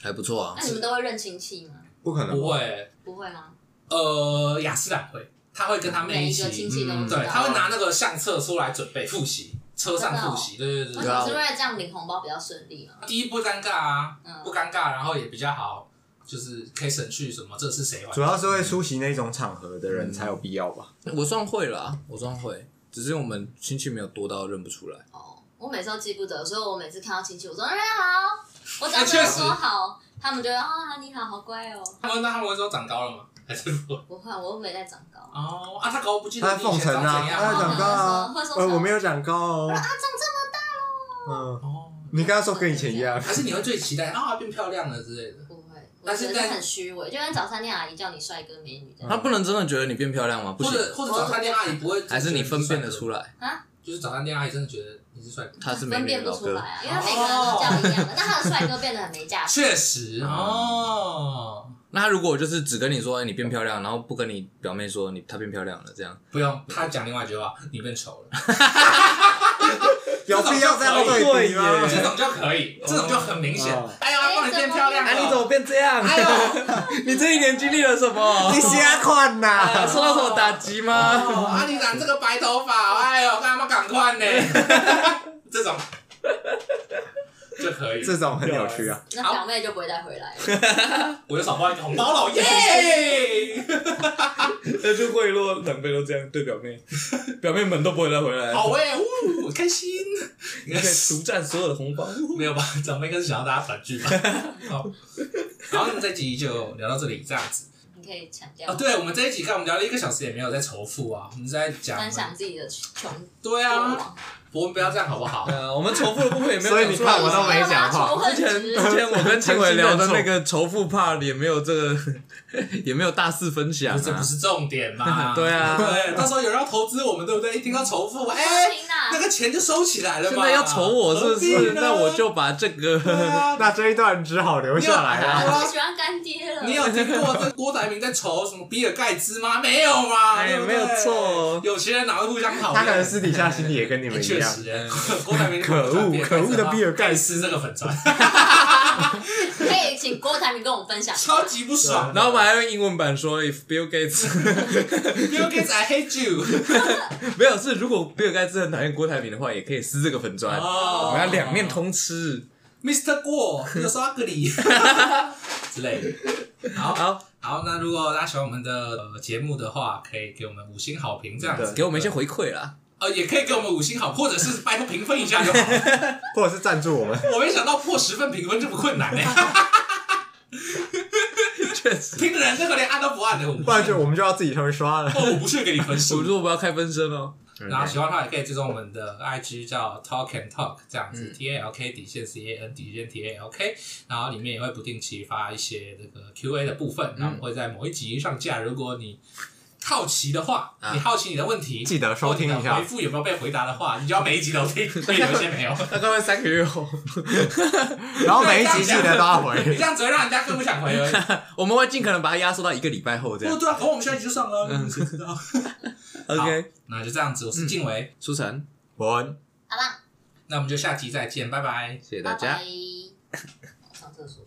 还不错啊那。你们都会认亲戚吗？不可能不吧，会，不会吗？呃呃，雅斯兰会，他会跟他妹每一一个亲起，戚都嗯知道哦对，他会拿那个相册出来准备复习，车上复习，对对为对啊什么对。是因为这样领红包比较顺利嘛？第一不尴尬啊，嗯不尴尬，然后也比较好，就是可以省去什么这是谁玩主要是会出席那种场合的人才有必要吧？我算会了啊，我算会，只是我们亲戚没有多到认不出来。哦，我每次都记不得，所以我每次看到亲戚，我说大家好，我只要哎跟他确实说好，他们就会啊你好，好乖哦。他们那他们会说长高了吗？还是不会？不会，我又没在长高。啊，哦啊，他搞不记他得在你以奉前承长啊，怎样他在长高啊会，送呃，小我没有长高哦，长啊这么大嗯，哦，你刚刚说跟以前一样，还是你会最期待啊变漂亮了之类的？不会，我但是觉得但很虚伪，就跟早餐店阿姨叫你帅哥美嗯女这他样。不能真的觉得你变漂亮吗？不或行，者或者早餐店阿姨不会，还是你分辨得出来？来就是早餐店阿姨真的觉得你是帅哥，他是美分女辨的不老出哥来？啊，因为他每个人都叫一样的，但他的帅哥变得很没价值。确实啊哦，那他如果就是只跟你说哎你变漂亮，然后不跟你表妹说你她变漂亮了，这样不用他讲另外一句话，你变丑了，有必要这样对比吗？这种就可以，这种就很明显哦。哎呀，帮你变漂亮了，哎啊你怎么变这样？哎呦， 你这一年经历了什么你？瞎看啊呐！受到什么打击哦，吗？啊，你染这个白头发，哎呦，干嘛赶快呢？ 这种就可以，这种很有趣啊，那表妹就不会再回来了。我就少包一个红包了，耶！那就贿赂长辈都这样对表妹， 表妹们都不会再回来好哎，呜，开心。 占所有的红包。没有吧？长辈应该是想要大家团聚 吧。好，然后我们这集就聊到这里，这样子。你可以强调哦，对，我们这一集看我们聊了一个小时，也没有在仇富啊，我们在讲。分享自己的穷对过啊，往。我们不要这样好不好？呃，我们仇富的部分也没有所以你讲出来看我都没讲话我之前之前我跟青伟聊的那个仇富 part 也没有这个， 也没有大肆分享、这不啊。是重点 嘛？对啊对，到时候有人要投资我们，对不对？一听到仇富，哎、听啊，那个钱就收起来了吧。现在要仇我是不何是？必呢那我就把这个哦对 啊，那这一段只好留下来好了。我最喜欢干爹了。你有听过这郭台铭在仇什么比尔盖茨吗？没有嘛，哎对不对没有错哦有钱人哪会互相讨厌？他可能私底下心里也跟你欸们一确样，实， 郭台铭可恶可恶的比尔盖斯这个粉 砖，可以请郭台铭跟我们分享。超级不爽。然后我们还用英文版说，If Bill Gates ，Bill Gates I hate you。没有是，如果比尔盖茨很讨厌郭台铭的话，也可以撕这个粉砖，我哦们要两面通吃。 Mr. 郭，你是阿格里 之类的。好，好，好，那如果大家喜欢我们的呃节目的话，可以给我们五星好评这样子，给我们一些回馈啦。呃，也可以给我们五星好，或者是拜托评分一 下就好。或者是赞助我们。我没想到破十份评分这么困难呢，欸确实， 听的人那个连按都不按的，我 不不然屑就我们就要自己上去刷了。哦我不屑给你分我数如。果不要开分身哦。然后喜欢的话也可以追踪我们的 IG 叫 Talk and Talk 这样嗯子、t A L K 底线 C A N 底线 T A L K，然后里面也会不定期发一些这个 Q&A 的部分，嗯然后会在某一集上架。如果你好奇的话，啊你好奇你的问题，记得收听一下或者你的回复有没有被回答的话，你就要每一集 都听，所以有些没有。大概会三个月后，然后每一集记得都要你回 这。样只会让人家更不 想回而已。我们会尽可能把它压缩到一个礼拜后这不样。对啊，可我们下一集就上了，嗯谁知道？ OK，那就这样子，我是静伟，苏晨，伯恩，好吧，那我们就下集再见，拜拜。谢谢大拜家拜。。我上厕所。